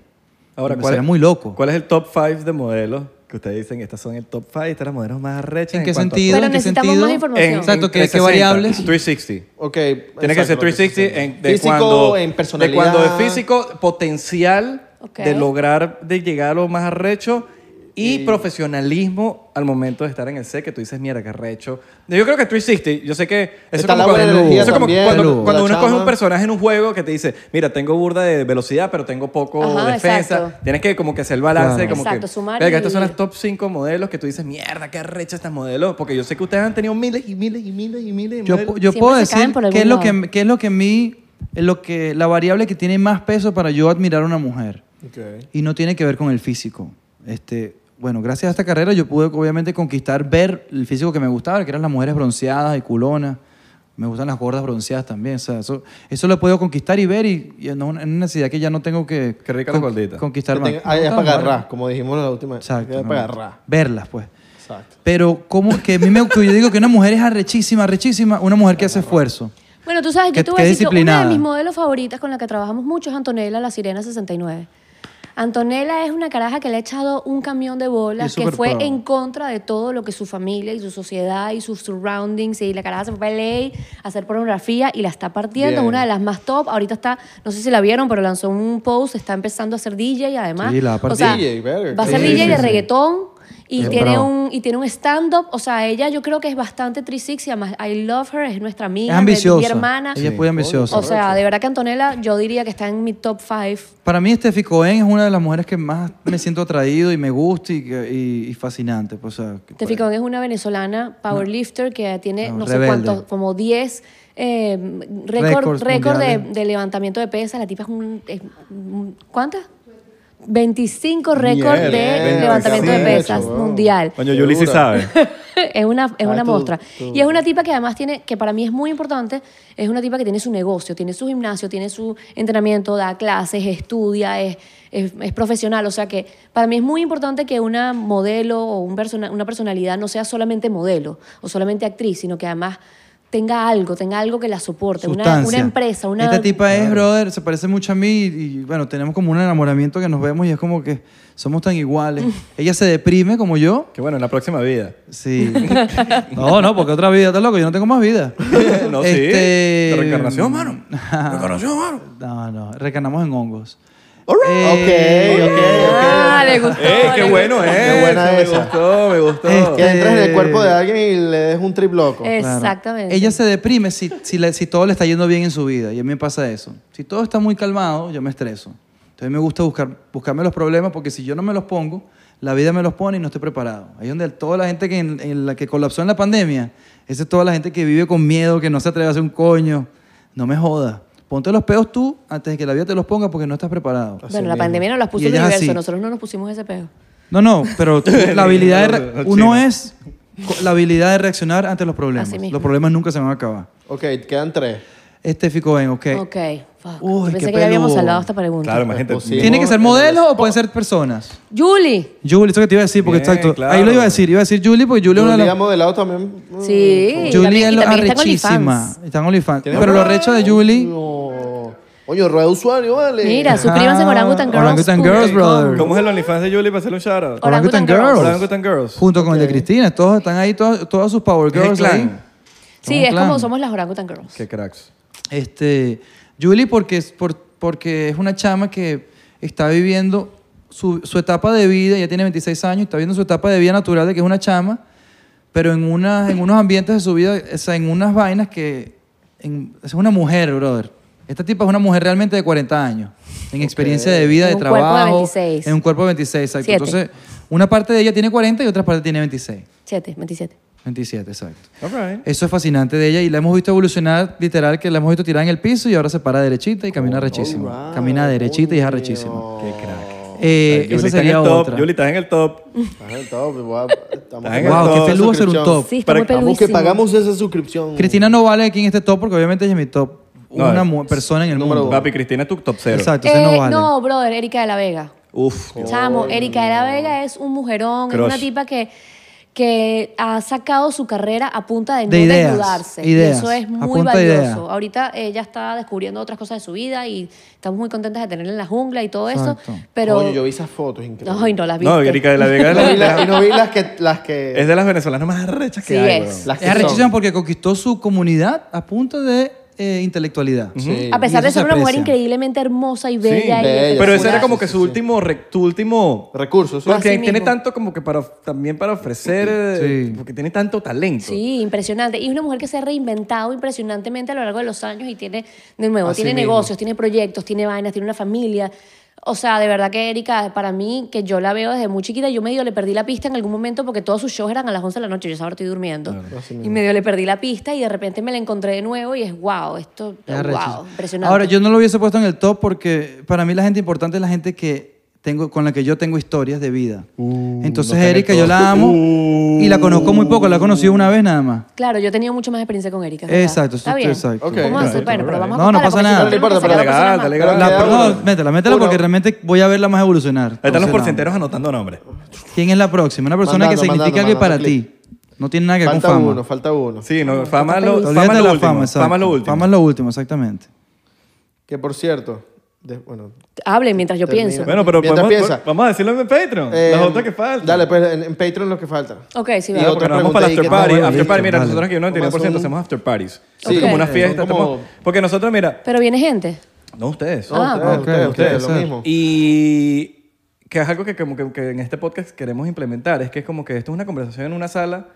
Speaker 2: Ahora,
Speaker 1: Me
Speaker 2: ¿cuál
Speaker 1: sería
Speaker 2: es,
Speaker 1: muy loco.
Speaker 2: ¿Cuál es el top 5 de modelos que ustedes dicen? Estas son el top 5, estas son las modelos más rechas.
Speaker 1: ¿En qué
Speaker 2: cuanto a-
Speaker 1: sentido?
Speaker 4: Pero
Speaker 1: ¿En qué
Speaker 4: necesitamos
Speaker 1: sentido?
Speaker 4: más información. En-
Speaker 1: Exacto, ¿qué, qué
Speaker 2: 360,
Speaker 1: variables?
Speaker 2: 360.
Speaker 3: Ok.
Speaker 2: Tiene que ser 360 en, de
Speaker 3: físico,
Speaker 2: cuando,
Speaker 3: en personalidad.
Speaker 2: De cuando de físico, potencial
Speaker 4: Ok.
Speaker 2: de lograr, de llegar a lo más arrecho y,
Speaker 3: Y-
Speaker 2: profesionalismo al momento de estar en el set, que tú dices, mira, qué arrecho. Yo creo que 360, yo sé que... Eso
Speaker 3: Está
Speaker 2: es como
Speaker 3: la buena
Speaker 2: cuando,
Speaker 3: energía
Speaker 2: eso es como
Speaker 3: también,
Speaker 2: cuando,
Speaker 3: la
Speaker 2: cuando uno
Speaker 3: chama.
Speaker 2: coge un personaje en un juego que te dice, mira, tengo burda de velocidad, pero tengo poco
Speaker 4: Ajá,
Speaker 2: defensa.
Speaker 4: exacto.
Speaker 2: Tienes que como que hacer el balance.
Speaker 1: Claro.
Speaker 2: Como
Speaker 4: Exacto,
Speaker 2: que,
Speaker 4: sumar
Speaker 2: Verga,
Speaker 4: y
Speaker 2: estas son las
Speaker 4: dividir.
Speaker 2: top 5 modelos que tú dices, mierda, qué arrecho estas modelos. Porque yo sé que ustedes han tenido miles y miles y miles y miles de
Speaker 1: Yo,
Speaker 2: modelos.
Speaker 1: pu- yo
Speaker 4: Siempre
Speaker 1: puedo
Speaker 4: se
Speaker 1: decir
Speaker 4: caen por
Speaker 1: qué es
Speaker 4: algún
Speaker 1: lo que,
Speaker 4: lado.
Speaker 1: qué es lo que a mí, es lo que, la variable que tiene más peso para yo admirar a una mujer. Y no tiene que ver con el físico. Este, bueno, gracias a esta carrera yo pude obviamente conquistar, ver el físico que me gustaba, que eran las mujeres bronceadas y culonas. Me gustan las gordas bronceadas también. O sea, eso, eso lo he podido conquistar y ver y, y no- es una necesidad que ya no tengo que
Speaker 2: Qué rica la gordita.
Speaker 1: conquistar más.
Speaker 3: Ahí es para agarrar, como dijimos la última vez.
Speaker 1: Exacto.
Speaker 3: Es
Speaker 1: no.
Speaker 3: para agarrar.
Speaker 1: Verlas, pues.
Speaker 3: Exacto.
Speaker 1: Pero como que a mí me, que yo digo que una mujer es arrechísima, arrechísima, una mujer que hace esfuerzo.
Speaker 4: Bueno, tú sabes,
Speaker 1: Qué-
Speaker 4: yo te voy
Speaker 1: qué
Speaker 4: a decir, que una
Speaker 1: disciplinada.
Speaker 4: de mis modelos favoritas con la que trabajamos mucho es Antonella, la Sirena 69. Antonella es una caraja que le ha echado un camión de
Speaker 1: Y
Speaker 4: bolas
Speaker 1: es
Speaker 4: que
Speaker 1: súper
Speaker 4: fue
Speaker 1: pro.
Speaker 4: en contra de todo lo que su familia y su sociedad y sus surroundings y la caraja se fue a LA a hacer pornografía y la está partiendo, es
Speaker 3: Bien.
Speaker 4: una de las más top. Ahorita está, no sé si la vieron, pero lanzó un post, está empezando a ser DJ y además.
Speaker 1: Sí, la va a
Speaker 4: o
Speaker 1: partir.
Speaker 4: sea,
Speaker 3: DJ, verga.
Speaker 4: va a ser
Speaker 1: Sí,
Speaker 4: DJ
Speaker 1: sí,
Speaker 4: de
Speaker 1: sí.
Speaker 4: reggaetón. Y
Speaker 1: Es
Speaker 4: tiene,
Speaker 1: brava.
Speaker 4: un, y tiene un stand-up, o sea, ella yo creo que es bastante 360, además I love her, es nuestra amiga
Speaker 1: Es
Speaker 4: hija, mi-
Speaker 1: ambiciosa.
Speaker 4: Mi hermana.
Speaker 1: Ella es muy ambiciosa.
Speaker 4: O sea, de verdad que Antonella, yo diría que está en mi top 5.
Speaker 1: Para mí, Steffi Cohen es una de las mujeres que más me siento atraído y me gusta y, que- y- y fascinante. Pues, o sea, que-
Speaker 4: Te fijo, es una venezolana powerlifter que tiene
Speaker 1: No,
Speaker 4: no, sé
Speaker 1: rebelde.
Speaker 4: cuántos, como 10 eh, récord,
Speaker 1: Récords
Speaker 4: récord de,
Speaker 1: mundiales.
Speaker 4: de levantamiento de pesas. La tipa es un. es un- ¿Cuántas? 25 récord de
Speaker 3: Mierda,
Speaker 4: levantamiento de
Speaker 3: 25,
Speaker 4: pesas
Speaker 3: wow.
Speaker 4: mundial.
Speaker 2: Coño, Yuli sí
Speaker 3: Segura.
Speaker 2: sabe.
Speaker 4: es una, es
Speaker 3: Ah,
Speaker 4: una
Speaker 3: tú-
Speaker 4: mostra.
Speaker 3: tú-
Speaker 4: Y es una tipa que además tiene, que para mí es muy importante, es una tipa que tiene su negocio, tiene su gimnasio, tiene su entrenamiento, da clases, estudia, es, es, es profesional. O sea que para mí es muy importante que una modelo o un persona, una personalidad no sea solamente modelo o solamente actriz, sino que además tenga algo, tenga algo que la soporte, una,
Speaker 1: sustancia.
Speaker 4: una empresa, una...
Speaker 1: Esta tipa es, brother, se parece mucho a mí y, y, bueno, tenemos como un enamoramiento que nos vemos y es como que somos tan iguales. Ella se deprime como yo.
Speaker 2: Que bueno, en la próxima vida.
Speaker 1: Sí. No, no, porque otra vida, estás loco, yo no tengo más vida.
Speaker 2: No, sí.
Speaker 1: Este-
Speaker 2: Te reencarnación, mano. Reencarnación, mano.
Speaker 1: No, no, recanamos en hongos. Eh,
Speaker 3: Ok, ok, ok.
Speaker 4: Ah, le gustó.
Speaker 2: ¡Eh, qué
Speaker 4: le
Speaker 2: bueno
Speaker 4: gustó.
Speaker 2: es!
Speaker 3: Qué buena
Speaker 2: me
Speaker 3: esa.
Speaker 2: gustó, me gustó.
Speaker 1: Este-
Speaker 3: Que entras en el cuerpo de alguien y le des un trip loco.
Speaker 1: Claro.
Speaker 4: Exactamente.
Speaker 1: Ella se deprime si, si, le- si todo le está yendo bien en su vida. Y a mí me pasa eso. Si todo está muy calmado, yo me estreso. Entonces me gusta buscar, buscarme los problemas porque si yo no me los pongo, la vida me los pone y no estoy preparado. Ahí es donde toda la gente que, en, en la que colapsó en la pandemia, esa es toda la gente que vive con miedo, que no se atreve a hacer un coño. No me jodas. Ponte los peos tú antes de que la vida te los ponga porque no estás preparado.
Speaker 4: Bueno, la pandemia nos las puso
Speaker 1: Y
Speaker 4: el
Speaker 1: ella es
Speaker 4: universo,
Speaker 1: así.
Speaker 4: nosotros no nos pusimos ese pedo.
Speaker 1: No, no, pero tú- la habilidad de... re-
Speaker 2: Los
Speaker 1: Uno
Speaker 2: chinos.
Speaker 1: es co- la habilidad de reaccionar ante los problemas.
Speaker 4: Así mismo.
Speaker 1: Los problemas nunca se van a acabar.
Speaker 3: Ok, quedan tres.
Speaker 1: Este Fico Ben, ok.
Speaker 4: Ok, fuck.
Speaker 1: Uy,
Speaker 4: Yo
Speaker 1: qué
Speaker 4: Pensé que ya habíamos
Speaker 1: peludo.
Speaker 4: salvado esta pregunta.
Speaker 2: Claro, imagínate.
Speaker 3: Posible.
Speaker 1: ¿Tiene que ser modelo o pueden ser personas?
Speaker 4: Julie.
Speaker 1: Julie, eso que te iba a decir, porque
Speaker 2: Bien,
Speaker 1: exacto.
Speaker 2: claro.
Speaker 1: Ahí lo iba a decir, iba a decir Julie, porque Julie es una de
Speaker 3: Julia
Speaker 1: las-
Speaker 3: modelado también. mm,
Speaker 4: Sí.
Speaker 1: Julie es
Speaker 4: y
Speaker 1: lo
Speaker 4: también está en
Speaker 1: arrechísima.
Speaker 4: OnlyFans.
Speaker 1: Está en OnlyFans.
Speaker 3: ¿Tiene
Speaker 1: Pero lo
Speaker 3: más?
Speaker 1: arrecho de Julie.
Speaker 3: No. Oye, rueda de usuario, vale.
Speaker 4: Mira, suscríbanse
Speaker 1: Ah,
Speaker 4: a Orangutan Girls.
Speaker 1: Orangutan Girls, brother.
Speaker 2: ¿Cómo es el OnlyFans de Julie para hacerle un shout out?
Speaker 4: Hola. Orangutan Girls.
Speaker 2: Orangutan Girls.
Speaker 1: Junto con el de Cristina. Todos están ahí, todas, todas sus Power
Speaker 2: Es el
Speaker 1: Girls ahí.
Speaker 2: clan.
Speaker 1: Somos
Speaker 4: Sí, es
Speaker 1: clan.
Speaker 4: como somos las Orangutan Girls.
Speaker 2: Qué cracks.
Speaker 1: Este, Julie porque es, por- porque es una chama que está viviendo su, su etapa de vida, ella tiene 26 años, está viendo su etapa de vida natural de que es una chama, pero en, unas en unos ambientes de su vida, o sea, en unas vainas que... en- es una mujer, brother. Esta tipa es una mujer realmente de 40 años, en experiencia de vida,
Speaker 4: En
Speaker 1: de
Speaker 4: un cuerpo de
Speaker 1: trabajo.
Speaker 4: 26.
Speaker 1: En un cuerpo de 26, exacto.
Speaker 4: Siete.
Speaker 1: Entonces, una parte de ella tiene 40 y otra parte tiene 26.
Speaker 4: 7, 27.
Speaker 1: 27, exacto. Eso es fascinante de ella y la hemos visto evolucionar, literal, que la hemos visto tirar en el piso y ahora se para derechita y
Speaker 2: Oh,
Speaker 1: camina rechísimo.
Speaker 3: Alright,
Speaker 1: Camina derechita y es arrechísimo.
Speaker 3: coño.
Speaker 2: Qué crack.
Speaker 1: Eh,
Speaker 2: Yuli
Speaker 1: esa
Speaker 2: está en
Speaker 1: sería
Speaker 2: el top,
Speaker 1: otra.
Speaker 2: Yuli, estás en el top.
Speaker 3: Estás en el top, guau, estamos-
Speaker 2: Estás en el
Speaker 1: Wow,
Speaker 2: top.
Speaker 1: qué peludo ser un top.
Speaker 4: Sí, está
Speaker 2: Para
Speaker 4: muy
Speaker 2: que-
Speaker 3: Vamos que
Speaker 4: peludísimo.
Speaker 3: pagamos esa suscripción.
Speaker 1: Cristina no vale aquí en este top porque obviamente ella es mi top.
Speaker 2: No,
Speaker 1: una
Speaker 2: es-
Speaker 1: mu- persona en el
Speaker 3: número
Speaker 1: mundo.
Speaker 3: uno.
Speaker 2: Papi, Cristina es tu top cero.
Speaker 1: Exacto,
Speaker 4: Eh,
Speaker 1: Ah, entonces no vale.
Speaker 4: no, brother, Erika de la Vega.
Speaker 2: Uf.
Speaker 4: Chamo, Erika de la Vega es un mujerón, es
Speaker 2: Crush.
Speaker 4: una tipa que, que ha sacado su carrera a punta de,
Speaker 1: De
Speaker 4: no
Speaker 1: ideas,
Speaker 4: desnudarse.
Speaker 1: ideas,
Speaker 4: y eso es
Speaker 1: a
Speaker 4: muy
Speaker 1: punta de
Speaker 4: valioso.
Speaker 1: ideas.
Speaker 4: Ahorita ella está descubriendo otras cosas de su vida y estamos muy contentas de tenerla en la jungla y todo
Speaker 1: Exacto.
Speaker 4: eso. Pero.
Speaker 3: Coño, yo vi esas fotos, increíble.
Speaker 4: Ay, no las viste.
Speaker 2: No, Erika de la Vega es,
Speaker 3: Y no
Speaker 2: la-
Speaker 3: vi las- y no vi las que... Las que
Speaker 2: es de las venezolanas más rechas que
Speaker 4: Sí
Speaker 2: hay.
Speaker 4: es.
Speaker 2: weón.
Speaker 3: las que
Speaker 1: Es
Speaker 3: son.
Speaker 1: arrechísima porque conquistó su comunidad a punto de eh, intelectualidad.
Speaker 3: Sí.
Speaker 4: A pesar
Speaker 1: Y eso
Speaker 4: de ser
Speaker 1: se
Speaker 4: una mujer
Speaker 1: aprecia.
Speaker 4: increíblemente hermosa y bella.
Speaker 3: bella,
Speaker 4: y
Speaker 2: Pero ese
Speaker 3: sí,
Speaker 2: era
Speaker 4: espectacular.
Speaker 2: como
Speaker 3: sí,
Speaker 2: que
Speaker 3: sí,
Speaker 2: su
Speaker 3: sí.
Speaker 2: último, re- tu último...
Speaker 3: Recursos. sí.
Speaker 2: Porque
Speaker 4: Así
Speaker 2: tiene
Speaker 4: mismo.
Speaker 2: tanto como que para, también para ofrecer, eh,
Speaker 1: Sí.
Speaker 2: porque tiene tanto talento.
Speaker 4: Sí, impresionante. Y es una mujer que se ha reinventado impresionantemente a lo largo de los años y tiene, de nuevo,
Speaker 3: Así
Speaker 4: tiene
Speaker 3: mismo.
Speaker 4: negocios, tiene proyectos, tiene vainas, tiene una familia. O sea, de verdad que Erika, para mí, que yo la veo desde muy chiquita, yo medio le perdí la pista en algún momento porque todos sus shows eran a las 11 de la noche, yo ahora estoy durmiendo. Y medio le perdí la pista y de repente me la encontré de nuevo y es wow, esto,
Speaker 1: Es arrechísimo.
Speaker 4: wow, impresionante.
Speaker 1: Ahora, yo no lo hubiese puesto en el top porque para mí la gente importante es la gente que tengo, con la que yo tengo historias de vida.
Speaker 2: Uh,
Speaker 1: Entonces, Erika, yo la amo y la conozco muy poco, la he conocido una vez nada más.
Speaker 4: Claro, yo he tenido mucho más experiencia con Erika. es verdad.
Speaker 1: Exacto,
Speaker 4: Está
Speaker 1: sí,
Speaker 4: bien.
Speaker 1: exacto.
Speaker 3: Ok,
Speaker 4: Vamos a hacer,
Speaker 2: alright,
Speaker 4: bueno, pero
Speaker 2: alright.
Speaker 4: vamos a
Speaker 1: No, no
Speaker 4: contarla
Speaker 1: pasa
Speaker 4: porque si
Speaker 1: nada.
Speaker 4: tenemos
Speaker 3: No importa,
Speaker 4: que sacar
Speaker 3: pero
Speaker 4: a la persona
Speaker 2: legal,
Speaker 4: más.
Speaker 2: dale,
Speaker 3: Pero
Speaker 1: La-
Speaker 3: queda
Speaker 1: no,
Speaker 3: una.
Speaker 1: métela, métela
Speaker 3: Una.
Speaker 1: porque realmente voy a verla más evolucionar.
Speaker 2: Ahí están los
Speaker 1: Entonces,
Speaker 2: porcenteros anotando nombres.
Speaker 1: no. ¿Quién es la próxima? Una persona que
Speaker 3: Mandando,
Speaker 1: significa
Speaker 3: mandando,
Speaker 1: algo para
Speaker 3: mandando
Speaker 1: ti. No tiene nada que ver con
Speaker 3: Falta
Speaker 1: fama.
Speaker 3: uno, falta uno.
Speaker 2: Sí, no, fama, lo,
Speaker 1: Olvídate
Speaker 2: fama,
Speaker 1: de
Speaker 2: lo
Speaker 1: la
Speaker 2: último,
Speaker 1: fama, exacto.
Speaker 2: fama lo último.
Speaker 1: Fama es lo último, exactamente.
Speaker 3: Que por cierto... de- bueno,
Speaker 4: Hablen mientras yo
Speaker 3: Termina.
Speaker 4: pienso.
Speaker 2: Bueno, pero
Speaker 3: Mientras
Speaker 2: podemos-
Speaker 3: piensa.
Speaker 2: vamos a decirlo en Patreon.
Speaker 3: eh,
Speaker 2: las otras que faltan.
Speaker 3: Dale, pues en, en Patreon lo que falta.
Speaker 4: Ok, sí,
Speaker 3: Y
Speaker 4: va.
Speaker 3: otra
Speaker 2: Porque nos vamos para el
Speaker 3: pregunta ahí
Speaker 2: after
Speaker 3: que no
Speaker 2: party.
Speaker 3: hemos
Speaker 2: after
Speaker 3: visto.
Speaker 2: party, mira,
Speaker 1: Vale.
Speaker 2: nosotros aquí un 99%
Speaker 3: Son-
Speaker 2: hacemos after parties.
Speaker 3: Sí,
Speaker 2: Es como una
Speaker 4: son
Speaker 2: fiesta.
Speaker 3: como-
Speaker 2: estamos- porque nosotros, mira,
Speaker 4: Pero viene gente.
Speaker 2: no ustedes.
Speaker 3: No,
Speaker 4: Ah,
Speaker 3: ustedes,
Speaker 1: ok,
Speaker 3: ustedes,
Speaker 1: ok,
Speaker 3: ustedes,
Speaker 1: ok.
Speaker 3: lo mismo.
Speaker 2: Y que es algo que, como que, que en este podcast queremos implementar, es que es como que esto es una conversación en una sala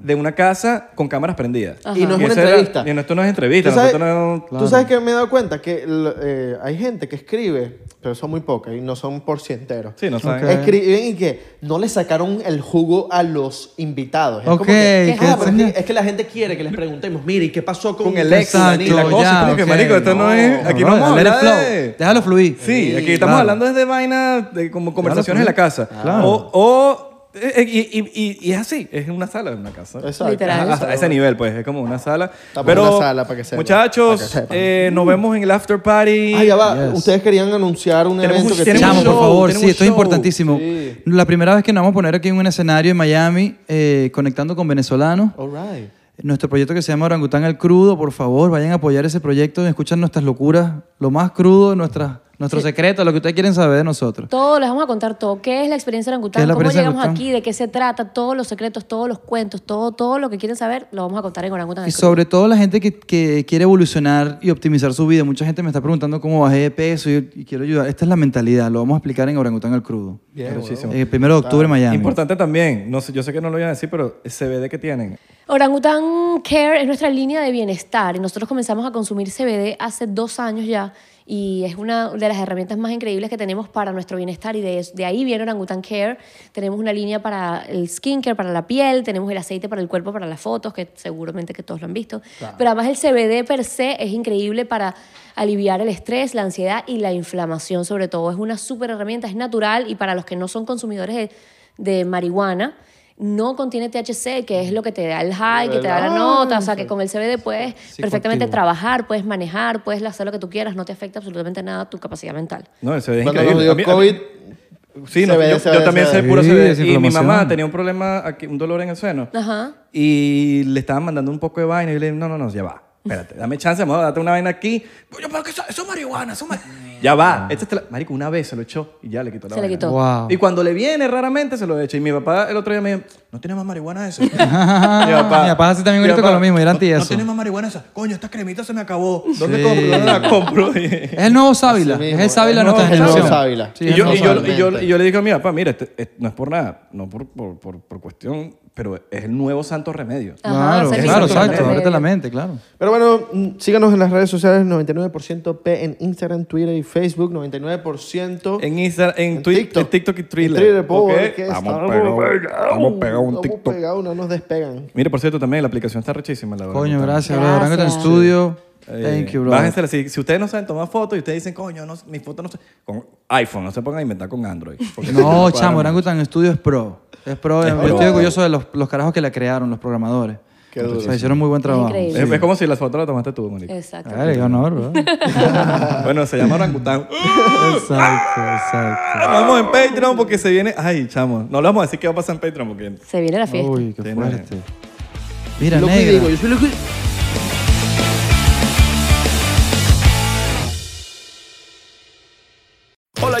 Speaker 2: de una casa con cámaras prendidas.
Speaker 4: Ajá.
Speaker 3: Y no es una
Speaker 2: eso era-
Speaker 3: entrevista.
Speaker 2: y no, esto no es entrevista.
Speaker 3: ¿Tú sabes,
Speaker 2: nosotros no-
Speaker 3: tú sabes que me he dado cuenta que l- eh, hay gente que escribe, pero son muy pocas y no son porcienteros.
Speaker 2: Sí, no saben.
Speaker 1: Ok.
Speaker 3: Escriben y que no le sacaron el jugo a los invitados. Es como
Speaker 1: Ok,
Speaker 3: que,
Speaker 1: que
Speaker 3: "Ah, pero es,
Speaker 1: enseña-
Speaker 3: que, es que la gente quiere que les preguntemos, mire, ¿y qué pasó con,
Speaker 2: Con el ex
Speaker 1: Exacto,
Speaker 2: y la cosa. es
Speaker 1: ya,
Speaker 2: como que,
Speaker 1: ok.
Speaker 2: marico, esto no,
Speaker 1: No,
Speaker 2: es. Aquí no,
Speaker 1: brother,
Speaker 2: vamos a
Speaker 1: let it
Speaker 2: hablar
Speaker 1: flow.
Speaker 2: de-
Speaker 1: Déjalo fluir.
Speaker 2: Sí, aquí estamos
Speaker 1: Claro.
Speaker 2: hablando desde vaina, de como conversaciones en la
Speaker 1: claro.
Speaker 2: casa.
Speaker 1: Claro.
Speaker 2: O. o- eh, eh, y, y- y- y es así, es una sala de una casa.
Speaker 3: Exacto.
Speaker 4: Literal.
Speaker 2: Ajá, Ah, hasta ese nivel, pues, es como una sala.
Speaker 3: Estamos
Speaker 2: Pero,
Speaker 3: en una sala, para que sepan. Para
Speaker 2: muchachos,
Speaker 3: que sepan.
Speaker 2: eh, nos vemos en el after party.
Speaker 3: Ah, ya va.
Speaker 1: Yes.
Speaker 3: Ustedes querían anunciar un
Speaker 2: Tenemos
Speaker 3: evento
Speaker 2: un-
Speaker 3: que
Speaker 2: tenemos
Speaker 1: Chamo,
Speaker 2: un
Speaker 3: tienen.
Speaker 1: por
Speaker 2: show,
Speaker 1: favor,
Speaker 2: tenemos
Speaker 1: sí,
Speaker 2: un
Speaker 1: esto es
Speaker 2: show.
Speaker 1: importantísimo.
Speaker 3: Sí.
Speaker 1: La primera vez que nos vamos a poner aquí en un escenario en Miami, eh, conectando con venezolanos.
Speaker 3: All right.
Speaker 1: Nuestro proyecto que se llama Orangután al Crudo, por favor, vayan a apoyar ese proyecto, escuchan nuestras locuras, lo más crudo, nuestras, nuestros secretos, lo que ustedes quieren saber de nosotros.
Speaker 4: Todo, les vamos a contar todo. ¿Qué es la experiencia
Speaker 1: ¿Qué es
Speaker 4: orangután?
Speaker 1: la
Speaker 4: ¿Cómo
Speaker 1: experiencia
Speaker 4: llegamos
Speaker 1: orangután?
Speaker 4: aquí? ¿De qué se trata? Todos los secretos, todos los cuentos, todo, todo lo que quieren saber, lo vamos a contar en
Speaker 1: Y
Speaker 4: orangután. al Crudo.
Speaker 1: sobre todo la gente que, que quiere evolucionar y optimizar su vida. Mucha gente me está preguntando cómo bajé de peso y, y quiero ayudar. Esta es la mentalidad, lo vamos a explicar en Orangután al Crudo.
Speaker 2: Muchísimo.
Speaker 1: El primero de octubre en Miami.
Speaker 2: Importante también, no sé, yo sé que no lo iban a decir, pero el CBD que tienen.
Speaker 4: Orangután Care es nuestra línea de bienestar y nosotros comenzamos a consumir CBD hace dos años ya y es una de las herramientas más increíbles que tenemos para nuestro bienestar y de, es- de ahí viene Orangután Care. Tenemos una línea para el skincare, para la piel, tenemos el aceite para el cuerpo, para las fotos, que seguramente que todos lo han visto. Pero además el CBD per se es increíble para aliviar el estrés, la ansiedad y la inflamación sobre todo. Es una súper herramienta, es natural y para los que no son consumidores de, de marihuana, no contiene THC, que es lo que te da el high, que te da la nota, o sea, que con el CBD puedes perfectamente trabajar, puedes manejar, puedes hacer lo que tú quieras, no te afecta absolutamente nada tu capacidad mental.
Speaker 2: No, el CBD es
Speaker 3: Cuando
Speaker 2: increíble.
Speaker 3: nos
Speaker 2: A mí-
Speaker 3: dio
Speaker 2: a mí-
Speaker 3: COVID,
Speaker 2: Sí, no,
Speaker 3: CBD,
Speaker 2: yo, yo
Speaker 3: CBD.
Speaker 2: también sé puro
Speaker 1: Sí,
Speaker 2: CBD. Y mi
Speaker 1: desinflamación.
Speaker 2: mamá tenía un problema aquí, un dolor en el sueno.
Speaker 4: Ajá.
Speaker 2: Y le estaban mandando un poco de Pues vaina y yo le dije, no, no, no, ya va. Espérate, dame chance, vamos a darte una vaina aquí. Yo, pero que eso, eso es marihuana, eso es marihuana. Ya va. Este se la- marico, una vez se lo echó y ya le quitó la
Speaker 4: Se le
Speaker 2: vaina.
Speaker 4: quitó.
Speaker 1: Wow.
Speaker 2: Y cuando le viene, raramente se lo echa. Y mi papá el otro día me dijo, no tiene más marihuana eso. mi
Speaker 1: Mi papá hace también ahorita con lo mismo, era
Speaker 2: no, no
Speaker 1: anti-eso".
Speaker 2: tiene más marihuana esa. Coño, esta cremita se me acabó. ¿Dónde
Speaker 1: Sí.
Speaker 2: compro? ¿Dónde la compro?
Speaker 1: Es el nuevo Sábila.
Speaker 3: Así
Speaker 1: Es
Speaker 3: mismo,
Speaker 1: el Sábila de
Speaker 3: es
Speaker 1: nuestra
Speaker 3: el nuevo
Speaker 1: generación.
Speaker 3: Sábila.
Speaker 1: Sí,
Speaker 2: y,
Speaker 1: es
Speaker 2: yo,
Speaker 1: el
Speaker 2: y,
Speaker 1: nuevo
Speaker 2: yo, y,
Speaker 1: Sábila.
Speaker 2: yo, y yo le dije a mi papá, mira, este- este- no es por nada, no por, por, por, por cuestión, pero es el nuevo santo remedio.
Speaker 4: Ajá,
Speaker 1: Claro,
Speaker 4: es el
Speaker 1: claro,
Speaker 4: mismo
Speaker 1: exacto.
Speaker 4: remedio.
Speaker 1: Ábrete la mente, claro.
Speaker 3: Pero bueno, mm, síganos en las redes sociales 99% P en Instagram, Twitter y Facebook, 99%.
Speaker 2: En Instagram, en,
Speaker 3: En
Speaker 2: Twi-
Speaker 3: TikTok.
Speaker 2: en TikTok y
Speaker 3: En
Speaker 2: Thriller.
Speaker 3: Twitter, po,
Speaker 2: ¿ok?
Speaker 3: ver qué es.
Speaker 2: Vamos a
Speaker 3: Estamos
Speaker 2: pegar- vamos a pegar un
Speaker 3: Estamos
Speaker 2: TikTok.
Speaker 3: pegados, no nos despegan.
Speaker 2: Mira, por cierto, también la aplicación está rechísima, la verdad.
Speaker 1: Coño,
Speaker 2: Está-
Speaker 1: gracias, bro.
Speaker 4: Gracias.
Speaker 1: Orangutan Studio.
Speaker 2: Eh,
Speaker 1: Thank you, bro.
Speaker 2: bájensela. Si, si ustedes no saben tomar fotos y ustedes dicen, coño, no, mis fotos no se... Con iPhone, no se pongan a inventar con Android. porque eso
Speaker 1: No,
Speaker 2: cuadra
Speaker 1: chamo,
Speaker 2: mucho.
Speaker 1: Orangutan Studio es pro. Es pro. Yo
Speaker 2: pro.
Speaker 1: estoy orgulloso de los, los carajos que la crearon, los programadores.
Speaker 3: Qué duro.
Speaker 1: O sea, hicieron muy buen trabajo.
Speaker 4: Increíble.
Speaker 2: Es, es como si las fotos las tomaste tú, Monique.
Speaker 4: Exacto.
Speaker 1: Ay, qué honor, bro.
Speaker 2: Bueno, se llama Orangután.
Speaker 1: Exacto, exacto.
Speaker 2: Nos vamos en Patreon porque se viene... Ay, chamo, no le vamos a decir qué va a pasar en Patreon porque...
Speaker 4: Se viene la fiesta.
Speaker 1: Uy, qué
Speaker 2: Sí,
Speaker 1: fuerte. Mira,
Speaker 3: Lo que
Speaker 1: negra.
Speaker 3: digo, yo soy lo que-
Speaker 7: Hola,